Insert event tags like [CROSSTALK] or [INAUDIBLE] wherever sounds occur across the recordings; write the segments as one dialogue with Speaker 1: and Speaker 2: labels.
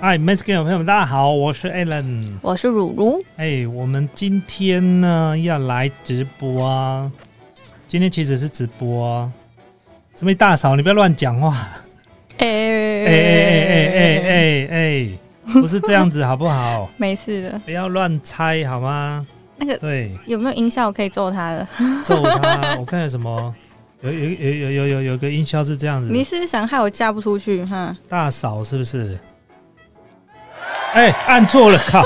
Speaker 1: 哎 m a s k i n 的朋友们，大家好，我是 Alan。
Speaker 2: 我是乳乳，
Speaker 1: 哎，我们今天呢要来直播啊，今天其实是直播、啊。什么大嫂，你不要乱讲话！
Speaker 2: 哎
Speaker 1: 哎哎哎哎哎哎哎，不是这样子好不好？
Speaker 2: 没事的。
Speaker 1: 不要乱猜好吗？
Speaker 2: 那个
Speaker 1: 对，
Speaker 2: 有没有音效可以揍他的？
Speaker 1: 揍他！我看有什么，有有有有有有有个音效是这样子，
Speaker 2: 你是想害我嫁不出去哈？
Speaker 1: 大嫂是不是？哎、按错了，
Speaker 2: [LAUGHS]
Speaker 1: 靠！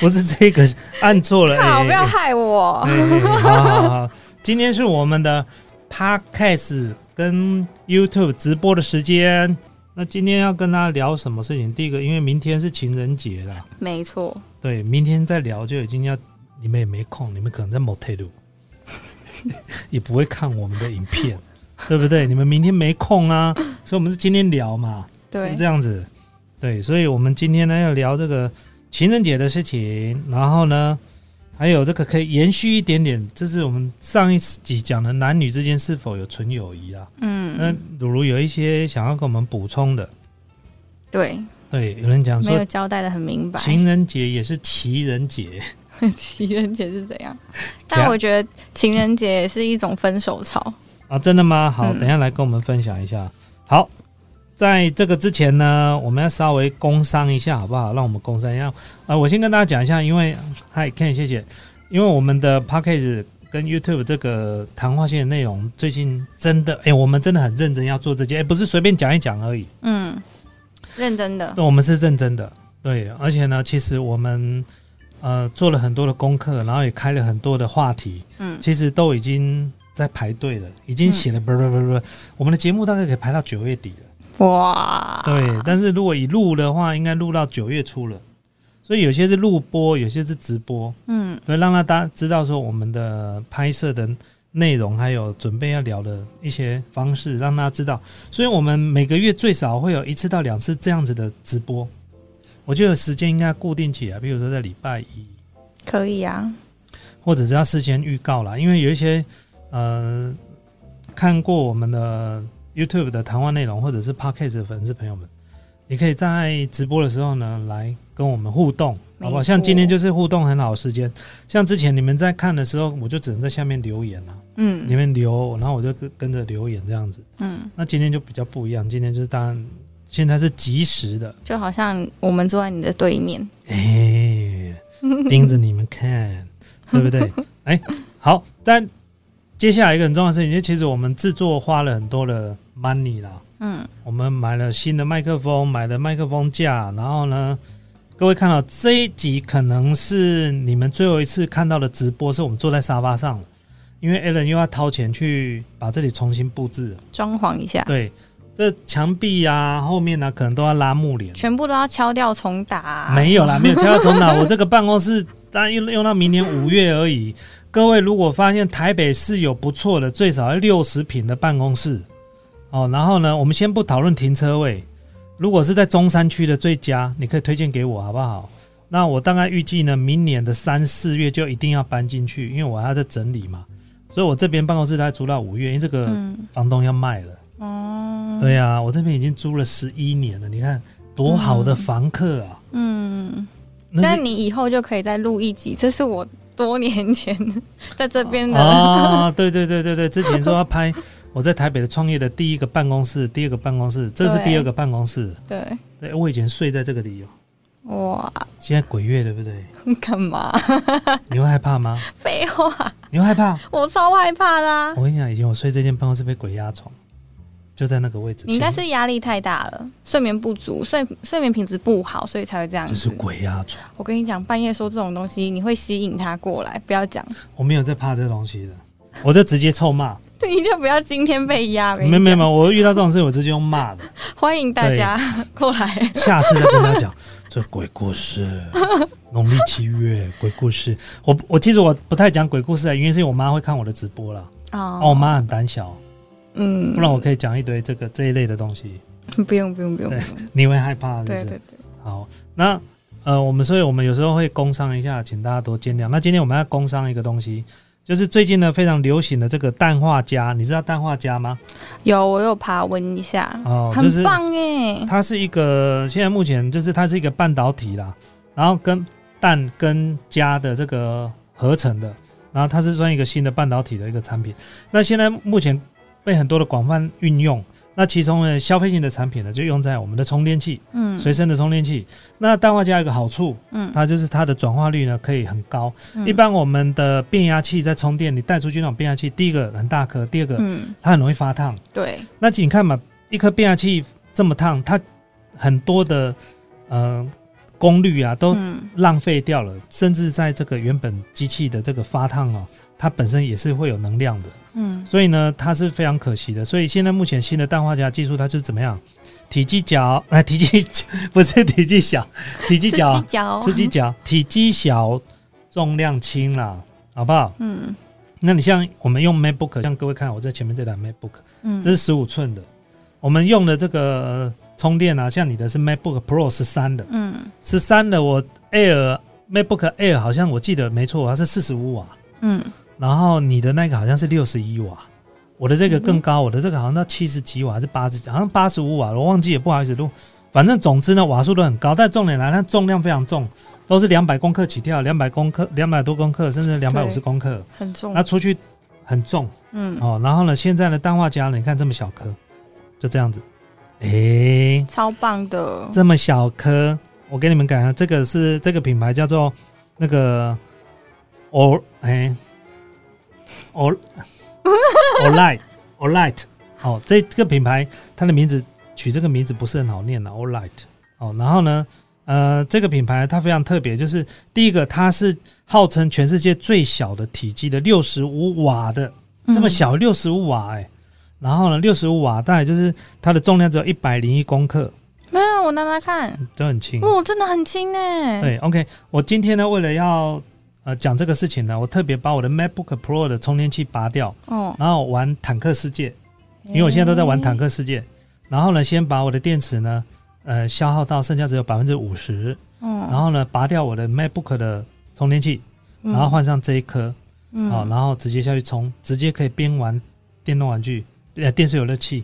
Speaker 1: 不是这个，按错了，哎
Speaker 2: 靠，
Speaker 1: 哎
Speaker 2: 不要害我！
Speaker 1: 哎哎哎好好好，今天是我们的 podcast 跟 YouTube 直播的时间。那今天要跟大家聊什么事情？第一个，因为明天是情人节啦，
Speaker 2: 没错，
Speaker 1: 对，明天再聊就已经要，你们也没空，你们可能在 motel，也 [LAUGHS] 不会看我们的影片，对不对？你们明天没空啊，所以我们是今天聊嘛，是不
Speaker 2: 对
Speaker 1: 是这，样子？对，所以我们今天呢要聊这个情人节的事情，然后呢，还有这个可以延续一点点，这是我们上一集讲的男女之间是否有纯友谊啊？那
Speaker 2: 嗯，
Speaker 1: 鲁鲁有一些想要跟我们补充的，
Speaker 2: 对，
Speaker 1: 对，有人讲
Speaker 2: 没有
Speaker 1: 说
Speaker 2: 交代的很明白。
Speaker 1: 情人节也是奇人节，
Speaker 2: [LAUGHS] 情人节是怎
Speaker 1: [LAUGHS]
Speaker 2: 样？但我觉得情人节也是一种分手潮。
Speaker 1: 啊，真的吗？好，
Speaker 2: 嗯
Speaker 1: 等一下来跟我们分享一下。好，在这个之前呢，我们要稍微工商一下，好不好？让我们工商一下。呃，我先跟大家讲一下，因为嗨，Ken，谢谢，因为我们的 p a c k a g e 跟 YouTube 这个谈话性的内容，最近真的，哎、我们真的很认真要做这件，哎、不是随便讲一讲而已，
Speaker 2: 嗯，认真的，
Speaker 1: 那我们是认真的，对，而且呢，其实我们呃做了很多的功课，然后也开了很多的话题，
Speaker 2: 嗯，
Speaker 1: 其实都已经在排队了，已经写了不不不不，我们的节目大概可以排到九月底了。
Speaker 2: 哇，
Speaker 1: 对，但是如果以录的话，应该录到九月初了。所以有些是录播，有些是直播，
Speaker 2: 嗯，
Speaker 1: 对，让大家知道说我们的拍摄的内容，还有准备要聊的一些方式，让大家知道。所以我们每个月最少会有一次到两次这样子的直播，我觉得时间应该固定起来，比如说在礼拜一，
Speaker 2: 可以啊，
Speaker 1: 或者是要事先预告啦，因为有一些呃看过我们的 YouTube 的谈话内容，或者是 Podcast 的粉丝朋友们，你可以在直播的时候呢来跟我们互动，好不好？
Speaker 2: 没错
Speaker 1: 像今天就是互动很好的时间，像之前你们在看的时候，我就只能在下面留言啦，你
Speaker 2: 嗯
Speaker 1: 们留，然后我就跟跟着留言这样子。
Speaker 2: 嗯，
Speaker 1: 那今天就比较不一样，今天就是当然现在是及时的，
Speaker 2: 就好像我们坐在你的对面，
Speaker 1: 哎、盯着你们看，对不对？哎，好，但接下来一个很重要的事情，就其实我们制作花了很多的 money 啦，
Speaker 2: 嗯，
Speaker 1: 我们买了新的麦克风，买了麦克风架，然后呢，各位看到这一集可能是你们最后一次看到的直播，是我们坐在沙发上了，因为 Alan 又要掏钱去把这里重新布置了，
Speaker 2: 装潢一下，
Speaker 1: 对，这墙壁啊，后面呢、可能都要拉木帘，啊
Speaker 2: 全部都要敲掉重打、啊
Speaker 1: 没有啦，没有敲到重打。我这个办公室当然用用到明年五月而已。各位如果发现台北市有不错的，最少要六十平的办公室哦，然后呢，我们先不讨论停车位，如果是在中山区的最佳，你可以推荐给我好不好？那我大概预计呢，明年的三四月就一定要搬进去，因为我还要在整理嘛，所以我这边办公室大概租到五月，因为这个
Speaker 2: 嗯，
Speaker 1: 房东要卖了。
Speaker 2: 哦，
Speaker 1: 对啊，我这边已经租了十一年了，你看多好的房客啊！
Speaker 2: 嗯，
Speaker 1: 那是
Speaker 2: 但你以后就可以再录一集，这是我多年前 [LAUGHS] 在这边的，
Speaker 1: 啊，对对对对对，之前说要拍我在台北的创业的第一个办公室，第二个办公室，这是
Speaker 2: 对
Speaker 1: 第二个办公室。
Speaker 2: [LAUGHS] 对，
Speaker 1: 对，我以前睡在这个里哦，
Speaker 2: 哇，
Speaker 1: 现在鬼月对不对？
Speaker 2: 干嘛？ [LAUGHS]
Speaker 1: 你会害怕吗？
Speaker 2: 废话，
Speaker 1: 你会害怕？
Speaker 2: 我超害怕的啊、
Speaker 1: 我跟你讲，以前我睡这间办公室被鬼压床，就在那个位置。
Speaker 2: 你应该是压力太大了，睡眠不足，睡睡眠品质不好，所以才会这样
Speaker 1: 前
Speaker 2: 子。
Speaker 1: 就是鬼压床，
Speaker 2: 我跟你讲，半夜说这种东西，你会吸引他过来。不要讲， [LAUGHS]
Speaker 1: 我没有在怕这东西的，我就直接臭骂。
Speaker 2: 你就不要今天被压。我跟你
Speaker 1: 没没
Speaker 2: 讲
Speaker 1: 没，，我遇到这种事我直接用骂的。
Speaker 2: 欢迎大家 [LAUGHS] 过来。
Speaker 1: 下次再跟他讲这鬼故
Speaker 2: [LAUGHS]
Speaker 1: 事，农历七月鬼故事。我我其实我不太讲鬼故事的原因是因为我妈会看我的直播啦。
Speaker 2: 哦
Speaker 1: 哦，我妈很胆小，
Speaker 2: 嗯
Speaker 1: 不然我可以讲一堆这个这一类的东西，
Speaker 2: 不用不用不用，不
Speaker 1: 对
Speaker 2: 用
Speaker 1: 你会害怕是不
Speaker 2: 对
Speaker 1: 是？
Speaker 2: 对对，
Speaker 1: 好，那呃，我们所以我们有时候会工商一下，请大家多见谅。那今天我们要工商一个东西。就是最近呢非常流行的这个氮化镓，你知道氮化镓吗？
Speaker 2: 有我有爬温一下，
Speaker 1: 哦，就
Speaker 2: 很
Speaker 1: 是
Speaker 2: 棒哎、
Speaker 1: 它是一个现在目前就是它是一个半导体啦，然后跟氮跟镓的这个合成的，然后它是算一个新的半导体的一个产品。那现在目前被很多的广泛运用，那其中呢消费性的产品呢就用在我们的充电器、
Speaker 2: 嗯
Speaker 1: 随身的充电器。那氮化镓有一个好处，
Speaker 2: 嗯
Speaker 1: 它就是它的转化率呢可以很高。
Speaker 2: 嗯
Speaker 1: 一般我们的变压器在充电，你带出去那种变压器，第一个很大颗，第二个
Speaker 2: 嗯
Speaker 1: 它很容易发烫。
Speaker 2: 对
Speaker 1: 那你看嘛，一颗变压器这么烫，它很多的呃功率啊都
Speaker 2: 嗯
Speaker 1: 浪费掉了，甚至在这个原本机器的这个发烫哦，它本身也是会有能量的，
Speaker 2: 嗯
Speaker 1: 所以呢，它是非常可惜的。所以现在目前新的氮化镓技术，它就是怎么样，体积小，哎、体积不是体积小，体积
Speaker 2: 自
Speaker 1: 小
Speaker 2: 己，脚
Speaker 1: 体积小， [LAUGHS] 体积小，重量轻啦，好不好？
Speaker 2: 嗯
Speaker 1: 那你像我们用 MacBook，像各位看我在前面这台 MacBook。
Speaker 2: 嗯
Speaker 1: 这是十五寸的。我们用的这个充电啊，像你的是 MacBook Pro 十三的，
Speaker 2: 嗯
Speaker 1: 十三的我 Air MacBook Air 好像我记得没错，它是四十五瓦，
Speaker 2: 嗯
Speaker 1: 然后你的那个好像是六十一瓦，我的这个更高，我的这个好像到七十几瓦还是八十，好像八十五瓦，我忘记也不好意思录。反正总之呢，瓦数都很高，但重点来，它重量非常重，都是两百公克起跳，两百公克、两百多公克，甚至两百五十
Speaker 2: 对嗯
Speaker 1: 公克，
Speaker 2: 很重
Speaker 1: 那出去很重。
Speaker 2: 嗯
Speaker 1: 啊哦，然后呢，现在的氮化镓呢，你看这么小颗，就这样子，哎、
Speaker 2: 超棒的
Speaker 1: 这么小颗，我给你们讲啊，这个是这个品牌叫做那个 O 哎 O [LAUGHS] Olight Olight，好、哦这个品牌它的名字取这个名字不是很好念的 Olight 哦，然后呢，呃，这个品牌它非常特别，就是第一个它是号称全世界最小的体积的六十五瓦的这
Speaker 2: 嗯
Speaker 1: 么小，六十五瓦哎、然后呢，六十五瓦大概就是它的重量只有一百零一公克，
Speaker 2: 嗯没有我拿拿看，
Speaker 1: 都很轻。
Speaker 2: 哦，真的很轻哎、
Speaker 1: 嗯对，OK，我今天呢，为了要呃讲这个事情呢，我特别把我的 MacBook Pro 的充电器拔掉，
Speaker 2: 哦，
Speaker 1: 然后玩坦克世界，因为我现在都在玩坦
Speaker 2: 克，
Speaker 1: 克世界。然后呢，先把我的电池呢，呃，消耗到剩下只有百分之五十，
Speaker 2: 嗯
Speaker 1: 然后呢，拔掉我的 MacBook 的充电器，然后换上这一颗，
Speaker 2: 嗯
Speaker 1: 好、然后直接下去充，直接可以边玩电动玩具，呃，电视游乐器，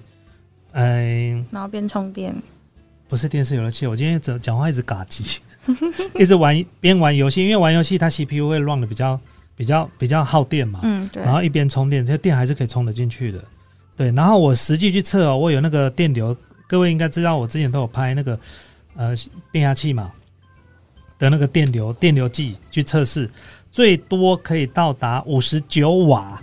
Speaker 1: 嗯、
Speaker 2: 然后边充电，
Speaker 1: 不是电视游乐器，我今天讲讲话一直嘎叽，一直玩边玩游戏，因为玩游戏它 CPU 会 run 的比较比较比较耗电嘛，
Speaker 2: 嗯对
Speaker 1: 然，后一边充电，这电还是可以充得进去的。对，然后我实际去测哦，我有那个电流，各位应该知道，我之前都有拍那个呃变压器嘛的那个电流电流计去测试，最多可以到达五十九瓦，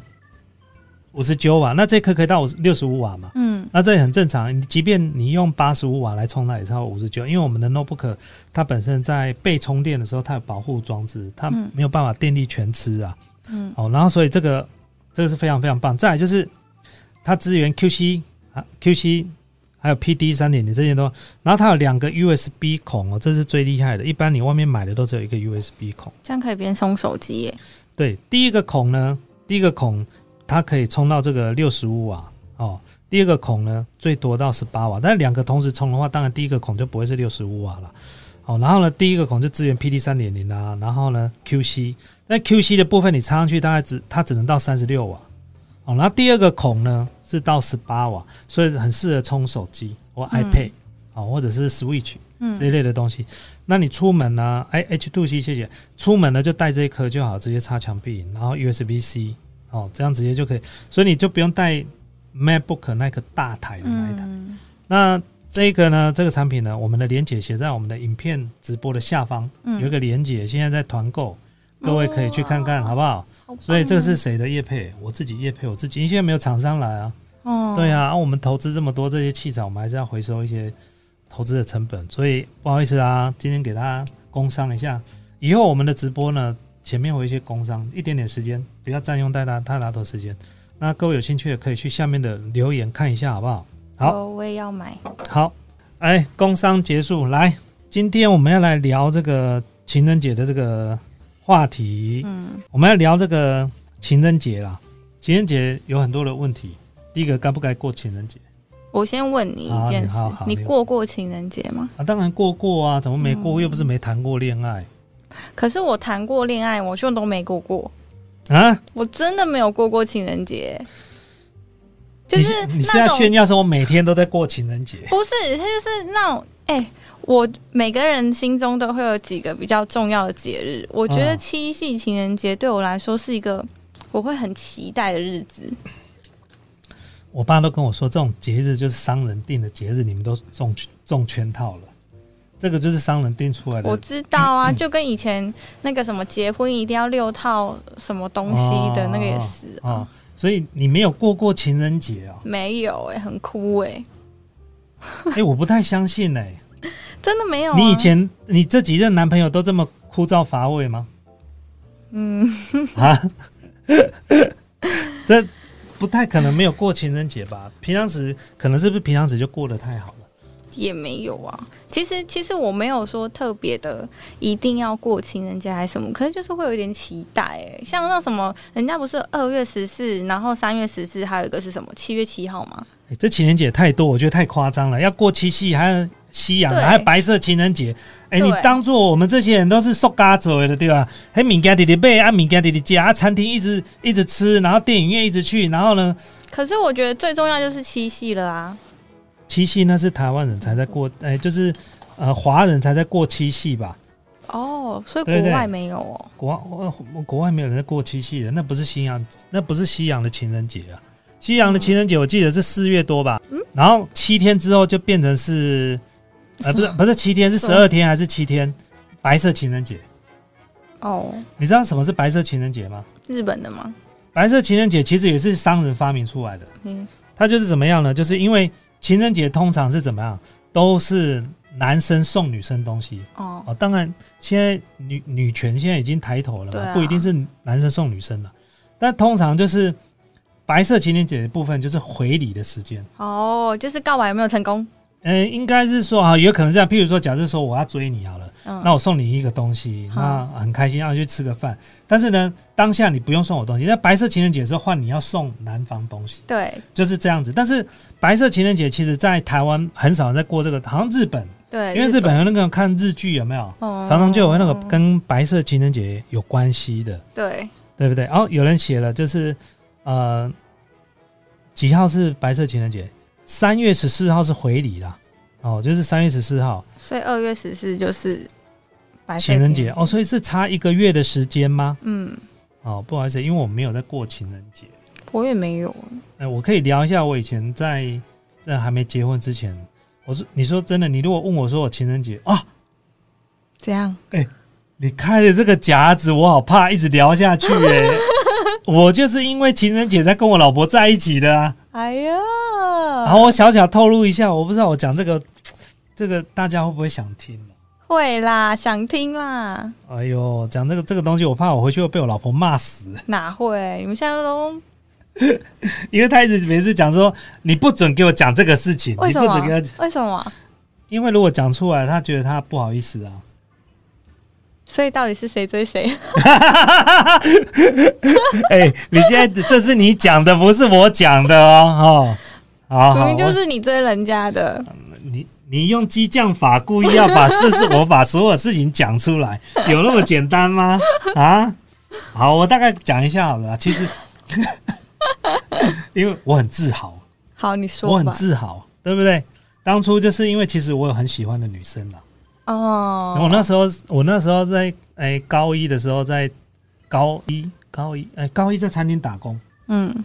Speaker 1: 五十九瓦，那这颗可以到六十五瓦嘛？
Speaker 2: 嗯
Speaker 1: 那这也很正常，你即便你用八十五瓦来充，它也超过五十九，因为我们的 notebook 它本身在被充电的时候，它有保护装置，它
Speaker 2: 嗯
Speaker 1: 没有办法电力全吃啊。
Speaker 2: 嗯
Speaker 1: 哦，然后所以这个这个是非常非常棒。再来就是它支援 QC 啊 QC，还有 PD 三点零这些都，然后它有两个 USB 孔哦，这是最厉害的。一般你外面买的都只有一个 USB 孔。
Speaker 2: 这样可以边充手机耶，
Speaker 1: 对，第一个孔呢，第一个孔它可以充到这个六十五瓦哦。第二个孔呢，最多到十八瓦，但是两个同时充的话，当然第一个孔就不会是六十五瓦了。哦，然后呢，第一个孔就支援 PD 三点零啊，然后呢 QC，那 QC 的部分你插上去，大概只它只能到三十六瓦。哦，然后第二个孔呢是到十八瓦，所以很适合充手机或
Speaker 2: 嗯
Speaker 1: iPad、哦，或者是 Switch
Speaker 2: 嗯
Speaker 1: 这一类的东西。那你出门呢？哎，H two C 谢谢，出门呢就带这一颗就好，直接插墙壁，然后 USB C 哦，这样直接就可以，所以你就不用带 MacBook 那个大台的那一台。
Speaker 2: 嗯
Speaker 1: 那这个呢，这个产品呢，我们的连接写在我们的影片直播的下方、
Speaker 2: 嗯
Speaker 1: 有一个连接，现在在团购。各位可以去看看，好不好？
Speaker 2: 好棒哦
Speaker 1: 所以这个是谁的业配？我自己业配我自己，因为现在没有厂商来啊。
Speaker 2: 哦，
Speaker 1: 对啊，啊我们投资这么多这些器材，我们还是要回收一些投资的成本，所以不好意思啊，今天给大家工商一下，以后我们的直播呢，前面会有一些工商，一点点时间，不要占用大家太大的时间。那各位有兴趣的可以去下面的留言看一下，好不好？好
Speaker 2: 哦，我也要买，
Speaker 1: 好，哎，工商结束，来，今天我们要来聊这个情人节的这个话题。
Speaker 2: 嗯
Speaker 1: 我们要聊这个情人节啦，情人节有很多的问题，第一个该不该过情人节？
Speaker 2: 我先问你一件事
Speaker 1: 好你好好，
Speaker 2: 你
Speaker 1: 你
Speaker 2: 过过情人节吗？
Speaker 1: 啊，当然过过啊，怎么没过？
Speaker 2: 嗯
Speaker 1: 又不是没谈过恋爱
Speaker 2: 可是我谈过恋爱，我就都没过过，
Speaker 1: 啊？
Speaker 2: 我真的没有过过情人节。就就是
Speaker 1: 你你现
Speaker 2: 那
Speaker 1: 在
Speaker 2: 种
Speaker 1: 炫耀说我每天都在过情人节，
Speaker 2: 不是，他就是那种哎、我每个人心中都会有几个比较重要的节日。我觉得
Speaker 1: 嗯
Speaker 2: 七夕情人节对我来说是一个我会很期待的日子。
Speaker 1: 我爸都跟我说，这种节日就是商人定的节日，你们都中中圈套了，这个就是商人定出来的。嗯
Speaker 2: 我知道啊，就跟以前那个什么结婚一定要六套什么东西的那个也是啊，
Speaker 1: 哦，所以你没有过过情人节
Speaker 2: [LAUGHS]
Speaker 1: 啊、
Speaker 2: 没有哎、很酷哎、
Speaker 1: 哦？哎、我不太相信哎、
Speaker 2: 真的没有、啊。
Speaker 1: 你以前你这几任男朋友都这么枯燥乏味吗？
Speaker 2: 嗯，
Speaker 1: 啊， [LAUGHS] 这不太可能没有过情人节吧？平常时可能是不是平常时就过得太好了？
Speaker 2: 也没有啊。其实其实我没有说特别的一定要过情人节还是什么，可是就是会有一点期待哎、像那什么，人家不是二月十四，然后三月十四，还有一个是什么七月七号吗？
Speaker 1: 哎、这情人节太多，我觉得太夸张了。要过七夕，还有夕阳，
Speaker 2: 对
Speaker 1: 还有白色情人节。哎、
Speaker 2: 对
Speaker 1: 你当做我们这些人都是受嘎走的，对吧？还敏感弟弟背啊，敏感弟弟家，啊，餐厅一直一直吃，然后电影院一直去，然后呢，
Speaker 2: 可是我觉得最重要就是七夕了啊。
Speaker 1: 七夕那是台湾人才在过，哎、就是呃华人才在过七夕吧？
Speaker 2: 哦，所以国
Speaker 1: 对对
Speaker 2: 外没有哦。
Speaker 1: 国呃国外没有人在过七夕的，那不是西洋，那不是西洋的情人节啊。西洋的情人节我记得是四月多吧，然后七天之后就变成是，
Speaker 2: 哦
Speaker 1: 呃，不是不是七天，是
Speaker 2: 什
Speaker 1: 十
Speaker 2: 么
Speaker 1: 二天还是七天？白色情人节，
Speaker 2: 哦，
Speaker 1: 你知道什么是白色情人节吗？
Speaker 2: 日本的吗？
Speaker 1: 白色情人节其实也是商人发明出来的，
Speaker 2: 嗯。
Speaker 1: 它就是怎么样呢？就是因为情人节通常是怎么样，都是男生送女生东西，
Speaker 2: 哦，
Speaker 1: 哦，当然，现在女女权现在已经抬头了
Speaker 2: 对
Speaker 1: 嘛，
Speaker 2: 啊
Speaker 1: 不一定是男生送女生了。但通常就是白色情人节的部分，就是回礼的时间。
Speaker 2: 哦，就是告白有没有成功？
Speaker 1: 嗯、应该是说啊，有可能这样。譬如说，假设说我要追你好了，
Speaker 2: 嗯，
Speaker 1: 那我送你一个东西，那
Speaker 2: 好
Speaker 1: 很开心，然后去吃个饭。但是呢，当下你不用送我东西，那白色情人节的时候换你要送男方东西，
Speaker 2: 对
Speaker 1: 就是这样子。但是白色情人节其实在台湾很少人在过这个，好像日本，
Speaker 2: 对，
Speaker 1: 因为日本有那个看日剧有没有？
Speaker 2: 常
Speaker 1: 常常就有那个跟白色情人节有关系的，
Speaker 2: 对
Speaker 1: 对不对？哦，有人写了，就是呃，几号是白色情人节？三月十四号是回礼啦，哦，就是三月十四号
Speaker 2: 所以二月十四就是白色
Speaker 1: 情人节哦，所以是差一个月的时间吗？
Speaker 2: 嗯，
Speaker 1: 哦，不好意思，因为我没有在过情人节。
Speaker 2: 我也没有，
Speaker 1: 哎、我可以聊一下我以前在在还没结婚之前，我说你说真的，你如果问我说我情人节啊，
Speaker 2: 这样
Speaker 1: 你开的这个夹子，我好怕一直聊下去
Speaker 2: [LAUGHS]
Speaker 1: 耶、我就是因为情人节才跟我老婆在一起的啊。
Speaker 2: 哎呀，嗯
Speaker 1: 然后我小小透露一下，我不知道我讲这个，这个大家会不会想听呢？
Speaker 2: 会啦，想听啦，
Speaker 1: 哎呦，讲这个这个东西，我怕我回去会被我老婆骂死，
Speaker 2: 哪会？你们现在都
Speaker 1: 因为她一直每次讲说你不准给我讲这个事情，
Speaker 2: 为
Speaker 1: 你
Speaker 2: 什
Speaker 1: 不
Speaker 2: 么啊
Speaker 1: 准给我讲，？
Speaker 2: 为什么？
Speaker 1: 因为如果讲出来，她觉得她不好意思
Speaker 2: [LAUGHS]
Speaker 1: 啊。
Speaker 2: 所以到底是谁追谁？
Speaker 1: 哎、你现在这是你讲的，不是我讲的哦，哦，好好，
Speaker 2: 明明就
Speaker 1: 我
Speaker 2: 是你追人家的，
Speaker 1: 你你用激将法故意要把事实，我把所有事情讲出
Speaker 2: [LAUGHS]
Speaker 1: 来，有那么简单吗？啊，好，我大概讲一下好了啦。其实， [LAUGHS] 因为我很自豪，
Speaker 2: 好，你
Speaker 1: 我
Speaker 2: 说
Speaker 1: 很
Speaker 2: 吧。
Speaker 1: 自豪，对不对？当初就是因为其实我有很喜欢的女生啦。
Speaker 2: 哦，
Speaker 1: 我那时候，我那时候在哎、高一的时候，在高一高一哎、高一在餐厅打工，
Speaker 2: 嗯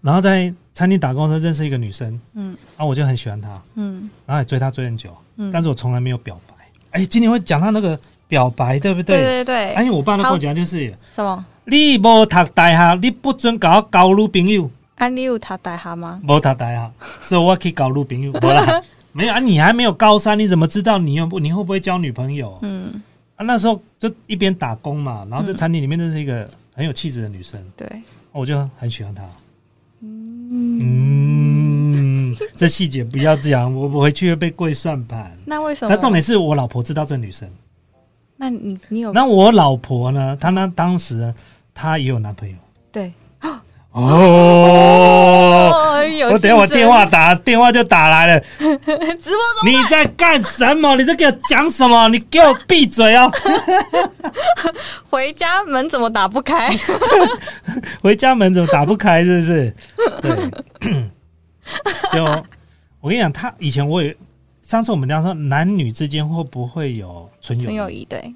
Speaker 1: 然后在餐厅打工的时候认识一个女生，
Speaker 2: 嗯
Speaker 1: 然后我就很喜欢她，
Speaker 2: 嗯
Speaker 1: 然后也追她追很久。
Speaker 2: 嗯，
Speaker 1: 但是我从来没有表白。哎、今天会讲到那个表白，对不对？
Speaker 2: 对对对，
Speaker 1: 哎，因为我爸都跟我讲，就是
Speaker 2: 什么？
Speaker 1: 你无读大学，你不准搞交女朋友，
Speaker 2: 安利有他带哈吗？
Speaker 1: 无读大学，所以我去搞女朋友，无啦，
Speaker 2: [LAUGHS]
Speaker 1: 没有啊，你还没有高三，你怎么知道你有不你会不会交女朋友？
Speaker 2: 嗯，
Speaker 1: 啊，那时候就一边打工嘛，然后在餐厅里面认识一个很有气质的女生，哦
Speaker 2: 对，
Speaker 1: 我就很喜欢她。嗯，这细节不要这样，我我回去会被跪算盘。
Speaker 2: 那为 [LAUGHS] 什么？
Speaker 1: 但重点是我老婆知道这女生。
Speaker 2: 那你你有
Speaker 1: 那我老婆呢？她那当时呢她也有男朋友
Speaker 2: 对？
Speaker 1: 哦。
Speaker 2: 哦，有
Speaker 1: 我等下我电话打电话就打来了，
Speaker 2: 竞争 [LAUGHS] 直播中，
Speaker 1: 你在干什么？你在给我讲什么？你给我闭嘴 [LAUGHS] 哦！
Speaker 2: 回家门怎么
Speaker 1: [LAUGHS] 哎
Speaker 2: 打不开？
Speaker 1: [LAUGHS] 回家门怎么打不开？是不是？对，就我跟你讲，他以前我也上次我们聊说男女之间会不会有纯
Speaker 2: 纯
Speaker 1: 友
Speaker 2: 友
Speaker 1: 谊，
Speaker 2: 谊对，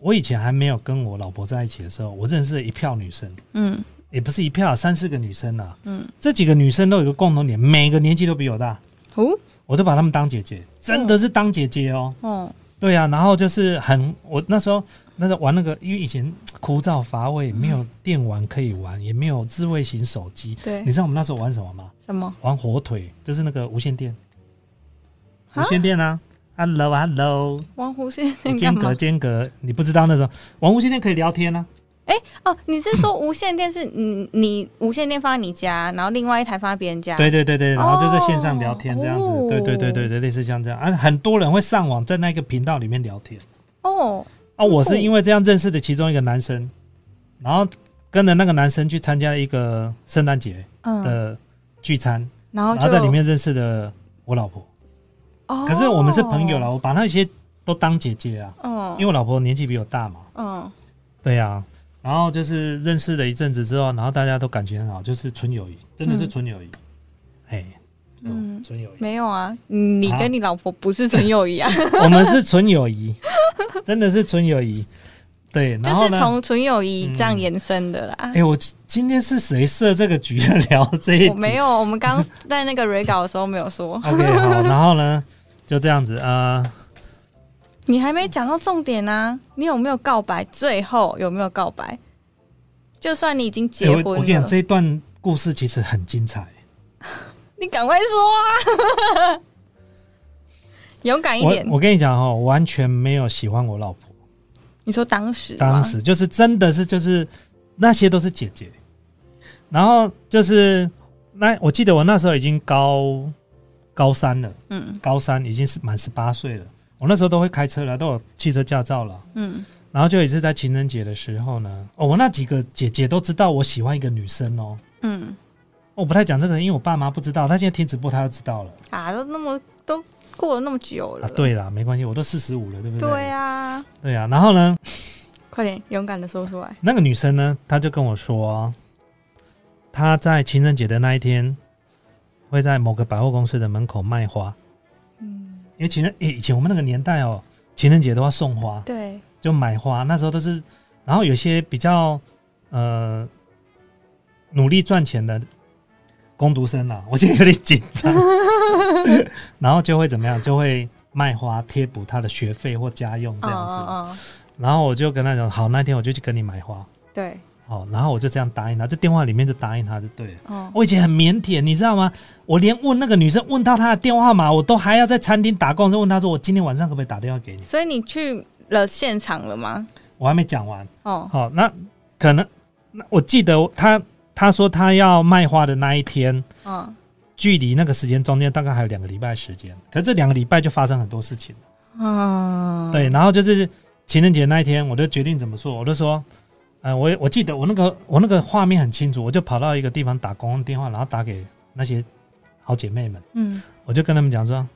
Speaker 1: 我以前还没有跟我老婆在一起的时候，我认识了一票女生，
Speaker 2: 嗯
Speaker 1: 也不是一票，三四个女生啊，
Speaker 2: 嗯，
Speaker 1: 这几个女生都有一个共同点，每个年纪都比我大，
Speaker 2: 哦
Speaker 1: 我都把她们当姐姐，真的是当姐姐哦。
Speaker 2: 哦
Speaker 1: 对啊，然后就是很，我那时候那时候玩那个，因为以前枯燥乏味，没有电玩可以玩，也没有智慧型手机。
Speaker 2: 对
Speaker 1: 你，知道我们那时候玩什么吗？
Speaker 2: 什么
Speaker 1: 玩火腿，就是那个无线电，无
Speaker 2: 啊
Speaker 1: 线电啊，Hello
Speaker 2: [LAUGHS]
Speaker 1: Hello，
Speaker 2: 玩弧线电
Speaker 1: 间
Speaker 2: 干
Speaker 1: 隔
Speaker 2: 嘛？
Speaker 1: 间隔，你不知道那时候玩无线电可以聊天啊，
Speaker 2: 哦，你是说无线电是你你无线电放在你家，然后另外一台放在别人家？
Speaker 1: 对对对对，
Speaker 2: 哦
Speaker 1: 然后就是线上聊天这样子，
Speaker 2: 哦
Speaker 1: 对对对对对，类似像这样啊，很多人会上网在那个频道里面聊天。
Speaker 2: 哦，
Speaker 1: 哦，我是
Speaker 2: 酷
Speaker 1: 因为这样认识的其中一个男生，然后跟着那个男生去参加一个圣诞节
Speaker 2: 嗯，
Speaker 1: 的聚餐，
Speaker 2: 然后
Speaker 1: 然
Speaker 2: 就
Speaker 1: 后在里，面认识的我老婆。
Speaker 2: 哦
Speaker 1: 可是我们是朋友了，，我把那些都当姐姐啊，
Speaker 2: 嗯
Speaker 1: 因为我老婆年纪比我大嘛。
Speaker 2: 嗯，
Speaker 1: 对呀、然后就是认识了一阵子之后，然后大家都感情很好，就是纯友谊，真的是
Speaker 2: 嗯
Speaker 1: 纯友谊。哎、嗯，
Speaker 2: 嗯
Speaker 1: 纯友谊，
Speaker 2: 没有啊，你
Speaker 1: 啊
Speaker 2: 跟你老婆不是纯友谊啊， [LAUGHS]
Speaker 1: 我们是纯友谊，真的是纯友谊。对， [LAUGHS] 然
Speaker 2: 就
Speaker 1: 后
Speaker 2: 是
Speaker 1: 呢？
Speaker 2: 从纯友谊这样
Speaker 1: 嗯
Speaker 2: 延伸的啦。
Speaker 1: 哎、我今天是谁设这个局要聊这一？
Speaker 2: 我没。有，我们刚在那个 re 稿的时候没有说，
Speaker 1: OK，好，
Speaker 2: [LAUGHS]
Speaker 1: 然后呢，就这样子啊、呃
Speaker 2: 你还没讲到重点啊！你有没有告白？最后有没有告白？就算你已经结
Speaker 1: 哎
Speaker 2: 婚
Speaker 1: 我我跟你
Speaker 2: 了，
Speaker 1: 讲，这一段故事其实很精彩。
Speaker 2: 你赶快说啊！ [LAUGHS] 勇敢一点
Speaker 1: 我。我跟你讲哦，完全没有喜欢我老婆，
Speaker 2: 你说当时吗，啊
Speaker 1: 当时就是真的是就是那些都是姐姐，然后就是那我记得我那时候已经高高三了，
Speaker 2: 嗯
Speaker 1: 高三已经是满十八岁了，我那时候都会开车了，都有汽车驾照了。
Speaker 2: 嗯
Speaker 1: 然后就有一次在情人节的时候呢，哦，我那几个姐姐都知道我喜欢一个女生哦。
Speaker 2: 嗯
Speaker 1: 我不太讲这个，因为我爸妈不知道，他现在听直播他就知道了
Speaker 2: 啊，都那么都过了那么久了，
Speaker 1: 啊。对啦，没关系，我都四十五了，对不对？
Speaker 2: 对啊，
Speaker 1: 对啊。然后呢，
Speaker 2: 快点勇敢的说出来。
Speaker 1: 那个女生呢，她就跟我说，她在情人节的那一天会在某个百货公司的门口卖花，
Speaker 2: 嗯，
Speaker 1: 因为情人、诶以前我们那个年代哦，情人节都要送花，
Speaker 2: 对，
Speaker 1: 就买花，那时候都是，然后有些比较呃努力赚钱的工读生啊，我现在有点紧张，然后就会怎么样，就会卖花贴补他的学费或家用这
Speaker 2: 嗯
Speaker 1: 样子。
Speaker 2: 嗯嗯，
Speaker 1: 然后我就跟他讲，好，那天我就去跟你买花，
Speaker 2: 对，
Speaker 1: 好，哦然后我就这样答应他，就电话里面就答应他就对了。
Speaker 2: 哦，
Speaker 1: 我以前很腼腆，你知道吗？我连问那个女生问到她的电话号码，我都还要在餐厅打工的时候问她说：“我今天晚上可不可以打电话给你
Speaker 2: 所以你去了现场了吗？？”
Speaker 1: 我还没讲完，
Speaker 2: 哦，
Speaker 1: 好、那可能那我记得他他说他要卖花的那一天，
Speaker 2: 嗯
Speaker 1: 距离那个时间中间大概还有两个礼拜时间，可是这两个礼拜就发生很多事情了。
Speaker 2: 嗯，
Speaker 1: 对，然后就是情人节那一天，我就决定怎么做，我就说。呃，我也我记得我那个我那个画面很清楚，我就跑到一个地方打公用电话，然后打给那些好姐妹们，
Speaker 2: 嗯，
Speaker 1: 我就跟她们讲说，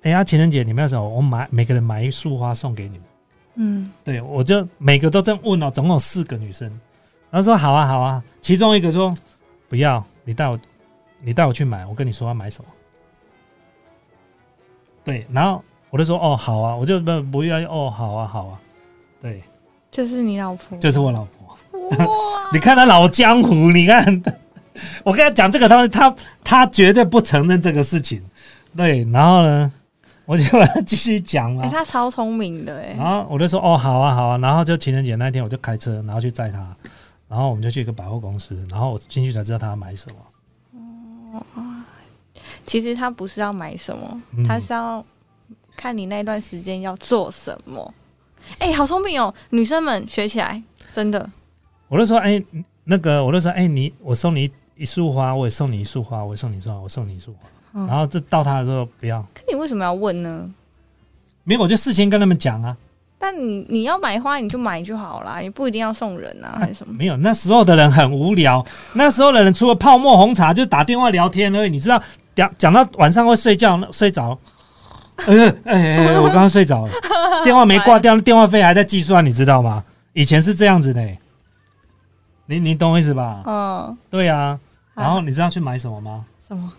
Speaker 1: 哎、呀、情人节你们要什么？我买每个人买一束花送给你们。
Speaker 2: 嗯
Speaker 1: 对，我就每个都这样问哦，总共有四个女生，然后说好啊好啊，其中一个说不要，你带我，你带我去买，我跟你说要买什么。对，然后我就说哦好啊，我就不不要哦好啊好啊，对，
Speaker 2: 就是你老婆，
Speaker 1: 就是我老婆，
Speaker 2: 哦哇，
Speaker 1: 你看他老江湖，你看， [LAUGHS] 我跟他讲这个，他他他绝对不承认这个事情，对，然后呢，我就把他继续讲嘛
Speaker 2: 哎、，他超聪明的哎、
Speaker 1: 然后我就说哦，好啊，好啊。然后就情人节那天，我就开车，然后去载他，然后我们就去一个百货公司，然后我进去才知道他要买什么。
Speaker 2: 其实他不是要买什么，
Speaker 1: 嗯
Speaker 2: 他是要看你那段时间要做什么。哎、好聪明哦，女生们学起来，真的。
Speaker 1: 我就说，哎、那个，我就说，哎、你，我送你一束花，我也送你一束花，我也送你一束花，我送你一束花。
Speaker 2: 嗯
Speaker 1: 然后就到他的时候，不要，
Speaker 2: 可你为什么要问呢？
Speaker 1: 没有，我就事先跟他们讲啊，
Speaker 2: 但你你要买花，你就买就好啦，你不一定要送人啊，还是什么？
Speaker 1: 没有。那时候的人很无聊，那时候的人除了泡沫红茶，就打电话聊天而已。你知道，讲讲到晚上会睡觉，那睡着。哎哎哎！我刚刚睡着了，电话没挂掉，电话费还在计算，你知道吗？以前是这样子的、你你懂我意思吧？
Speaker 2: 嗯，
Speaker 1: 对啊。然后
Speaker 2: 啊 [LAUGHS]
Speaker 1: 你知道去买什么吗？
Speaker 2: 什么？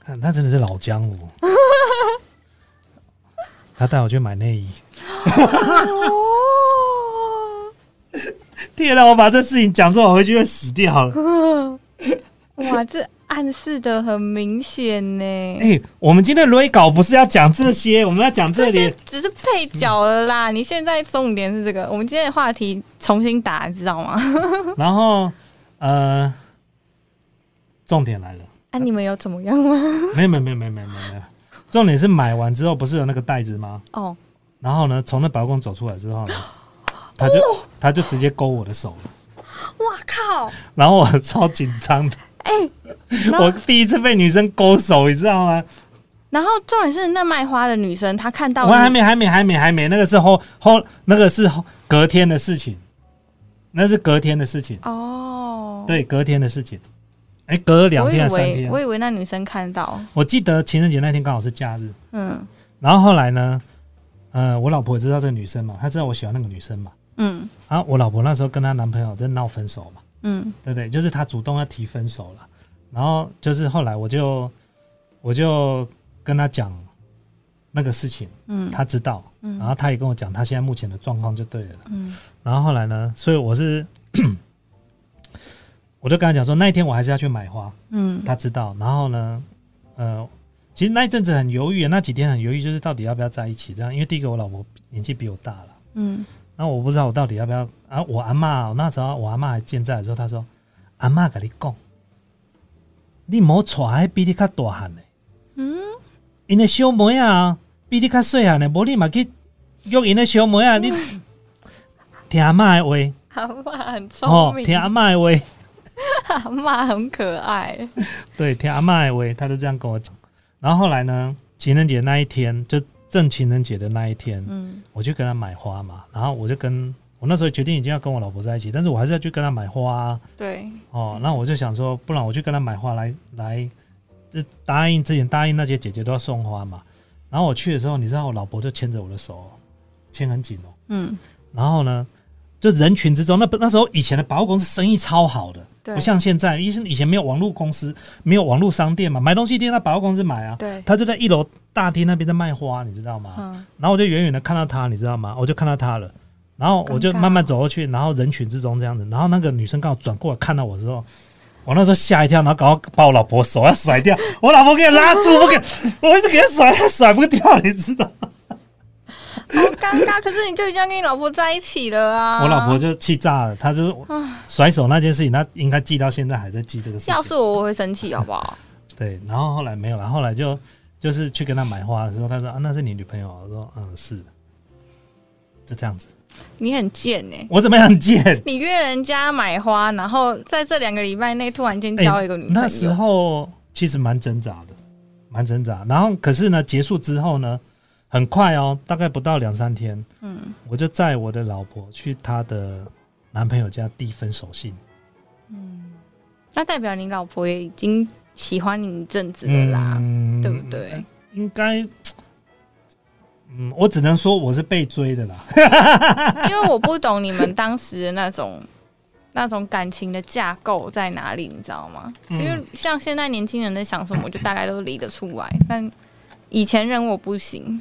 Speaker 1: 看他真的是老江湖。他带我去买内衣， [LAUGHS]
Speaker 2: 哦，
Speaker 1: 天啊哪！我把这事情讲出来，我回去会死掉了。
Speaker 2: 哇，这暗示的很明显呢。
Speaker 1: 哎、我们今天轮稿不是要讲这些，我们要讲这里
Speaker 2: 这些。只是配角了啦，你现在重点是这个。我们今天的话题重新打，你知道吗？
Speaker 1: 然后，呃，重点来了，
Speaker 2: 啊，你们有怎么样吗？
Speaker 1: 没有没有没有没有没有没有没有，重点是买完之后不是有那个袋子吗？
Speaker 2: 哦，
Speaker 1: 然后呢，从那百货公走出来之
Speaker 2: [GASPS]
Speaker 1: 后呢，他就、
Speaker 2: 哦
Speaker 1: 他就直接勾我的手了，
Speaker 2: 哇靠！
Speaker 1: 然后我超紧张的，
Speaker 2: 哎、然
Speaker 1: 我
Speaker 2: 后
Speaker 1: 第一次被女生勾手，你知道吗？
Speaker 2: 然后重点是那卖花的女生，她看到
Speaker 1: 我还
Speaker 2: 你
Speaker 1: 没还没还没还没，那个是后后那个是后隔天的事情，那是隔天的事情，
Speaker 2: 哦，，
Speaker 1: 对，隔天的事情。哎，隔了两
Speaker 2: 我以
Speaker 1: 天还是三
Speaker 2: 为
Speaker 1: 天？
Speaker 2: 我以为那女生看到，
Speaker 1: 我记得情人节那天刚好是假日，
Speaker 2: 嗯
Speaker 1: 然后后来呢，呃，我老婆知道这个女生嘛，她知道我喜欢那个女生嘛，
Speaker 2: 嗯
Speaker 1: 啊，我老婆那时候跟她男朋友在闹分手嘛，
Speaker 2: 嗯
Speaker 1: 对不对？就是她主动要提分手了，然后就是后来我就我就跟她讲那个事情，
Speaker 2: 嗯
Speaker 1: 她知道，
Speaker 2: 嗯
Speaker 1: 然后她也跟我讲她现在目前的状况就对了，
Speaker 2: 嗯
Speaker 1: 然后后来呢，所以我是 [COUGHS] 我就跟她讲说那一天我还是要去买花，
Speaker 2: 嗯
Speaker 1: 他知道，然后呢，呃，其实那一阵子很犹豫，那几天很犹豫，就是到底要不要在一起这样。因为第一个我老婆年纪比我大了，
Speaker 2: 嗯，
Speaker 1: 然后我不知道我到底要不要啊。我阿妈那时候我阿妈还健在的时候，她说：“阿妈跟你讲，你莫娶迄比你较大汉的，
Speaker 2: 嗯，
Speaker 1: 因的小妹啊比你较细汉的，无你嘛去约因的小妹啊，你
Speaker 2: 嗯
Speaker 1: 听阿妈的话，
Speaker 2: 阿妈很聪
Speaker 1: 哦，
Speaker 2: 明，
Speaker 1: 听阿妈的话。”
Speaker 2: 阿妈很可爱，
Speaker 1: 对，听阿妈的喂，他就这样跟我讲。然后后来呢，情人节那一天，就正情人节的那一天，
Speaker 2: 嗯
Speaker 1: 我去跟他买花嘛。然后我就跟我那时候决定已经要跟我老婆在一起，但是我还是要去跟他买花、啊、
Speaker 2: 对，
Speaker 1: 哦。那我就想说，不然我去跟他买花来来，这答应之前答应那些姐姐都要送花嘛。然后我去的时候，你知道我老婆就牵着我的手哦，牵很紧哦。
Speaker 2: 嗯
Speaker 1: 然后呢，就人群之中，那那时候以前的百货公司生意超好的，
Speaker 2: 对
Speaker 1: 不像现在，因为以前没有网络公司，没有网络商店嘛，买东西一定要到百货公司买啊。
Speaker 2: 对，
Speaker 1: 他就在一楼大厅那边在卖花，你知道吗？
Speaker 2: 嗯
Speaker 1: 然后我就远远的看到他，你知道吗？我就看到他了，然后我就
Speaker 2: 尴尬
Speaker 1: 慢慢走过去，然后人群之中这样子，然后那个女生刚好转过来看到我之后。我那时候吓一跳，然后赶快把我老婆手要甩
Speaker 2: [LAUGHS]
Speaker 1: 掉，我老婆给我拉住，不给，我一直给她甩，甩不掉，你知道吗？
Speaker 2: 好尴尬。可是你就已经要跟你老婆在一起了啊！
Speaker 1: 我老婆就气炸了，她就是甩手那件事情，她应该记到现在还在记这个事
Speaker 2: 要
Speaker 1: 情。
Speaker 2: 是我，我会生气，好不好？
Speaker 1: 对，然后后来没有了，后来就就是去跟她买花的时候，她说啊，那是你女朋友啊，我说嗯是，就这样子。
Speaker 2: 你很贱哎、
Speaker 1: 我怎么样很贱？
Speaker 2: 你约人家买花，然后在这两个礼拜内突然间
Speaker 1: 哎
Speaker 2: 交了一个女朋友，
Speaker 1: 那时候其实蛮挣扎的，蛮挣扎。然后可是呢，结束之后呢，很快哦，大概不到两三天，
Speaker 2: 嗯
Speaker 1: 我就载我的老婆去她的男朋友家递分手信。
Speaker 2: 嗯，那代表你老婆也已经喜欢你一阵子了啦，
Speaker 1: 嗯
Speaker 2: 对不对？
Speaker 1: 应该，嗯，我只能说我是被追的啦。
Speaker 2: 因为我不懂你们当时的那种。 [LAUGHS] 那种感情的架构在哪里，你知道吗？
Speaker 1: 嗯
Speaker 2: 因为像现在年轻人在想什么，我就大概都理得出来。但以前人我不行，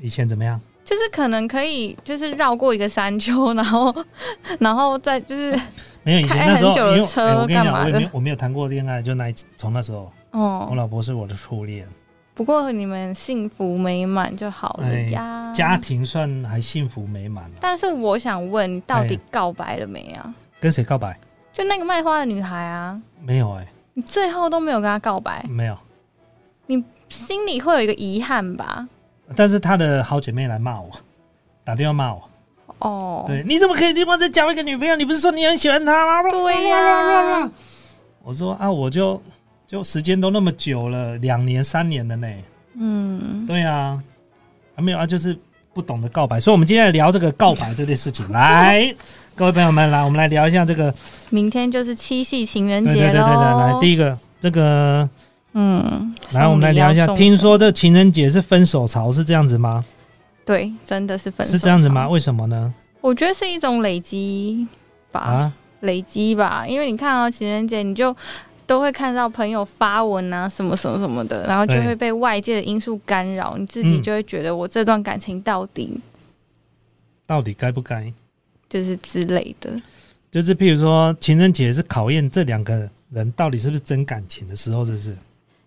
Speaker 1: 以前怎么样？
Speaker 2: 就是可能可以，就是绕过一个山丘，然后， [LAUGHS] 然后再就是，
Speaker 1: 没有以前
Speaker 2: 开
Speaker 1: 那时候，
Speaker 2: 很久的
Speaker 1: 因为、
Speaker 2: 车
Speaker 1: 哎我跟你
Speaker 2: 干嘛
Speaker 1: 讲，我也
Speaker 2: 的
Speaker 1: 没有我没有谈过恋爱，就那一次从那时候，我
Speaker 2: 哦，
Speaker 1: 老婆是我的初恋，
Speaker 2: 不过你们幸福美满就好了呀。
Speaker 1: 哎家庭算还幸福美满了、
Speaker 2: 但是我想问，你到底
Speaker 1: 哎
Speaker 2: 告白了没啊？
Speaker 1: 跟谁告白？
Speaker 2: 就那个卖花的女孩啊，
Speaker 1: 没有哎、
Speaker 2: 你最后都没有跟她告白，
Speaker 1: 没有。
Speaker 2: 心里会有一个遗憾吧？
Speaker 1: 但是她的好姐妹来骂我，打电话骂我，
Speaker 2: 哦，
Speaker 1: 对，你怎么可以另外再交一个女朋友？你不是说你很喜欢她吗？
Speaker 2: 对呀、
Speaker 1: [LAUGHS] 我说啊，我就就时间都那么久了，两年三年了呢。
Speaker 2: 嗯，
Speaker 1: 对啊，啊没有啊，就是不懂得告白，所以我们今天来聊这个告白这件事情。
Speaker 2: [LAUGHS]
Speaker 1: 来，各位朋友们，来，我们来聊一下这个，
Speaker 2: 明天就是七夕情人
Speaker 1: 对对
Speaker 2: 节
Speaker 1: 对对对，来
Speaker 2: 喽。
Speaker 1: 第一个这个，
Speaker 2: 嗯，
Speaker 1: 来我们来聊一下，
Speaker 2: 送礼要送
Speaker 1: 听
Speaker 2: 什
Speaker 1: 说这情人节是分手潮是这样子吗？
Speaker 2: 么对，真的是分手
Speaker 1: 是这样子
Speaker 2: 潮
Speaker 1: 吗？？为什么呢？
Speaker 2: 我觉得是一种累积吧，
Speaker 1: 啊，
Speaker 2: 累积吧，因为你看啊、情人节你就都会看到朋友发文啊，什么什么什么的，然后就
Speaker 1: 对
Speaker 2: 会被外界的因素干扰，你自己
Speaker 1: 嗯
Speaker 2: 就会觉得我这段感情到底
Speaker 1: 到底该不该？
Speaker 2: 就是之类的。
Speaker 1: 就是譬如说，情人节是考验这两个人到底是不是真感情的时候，是不是？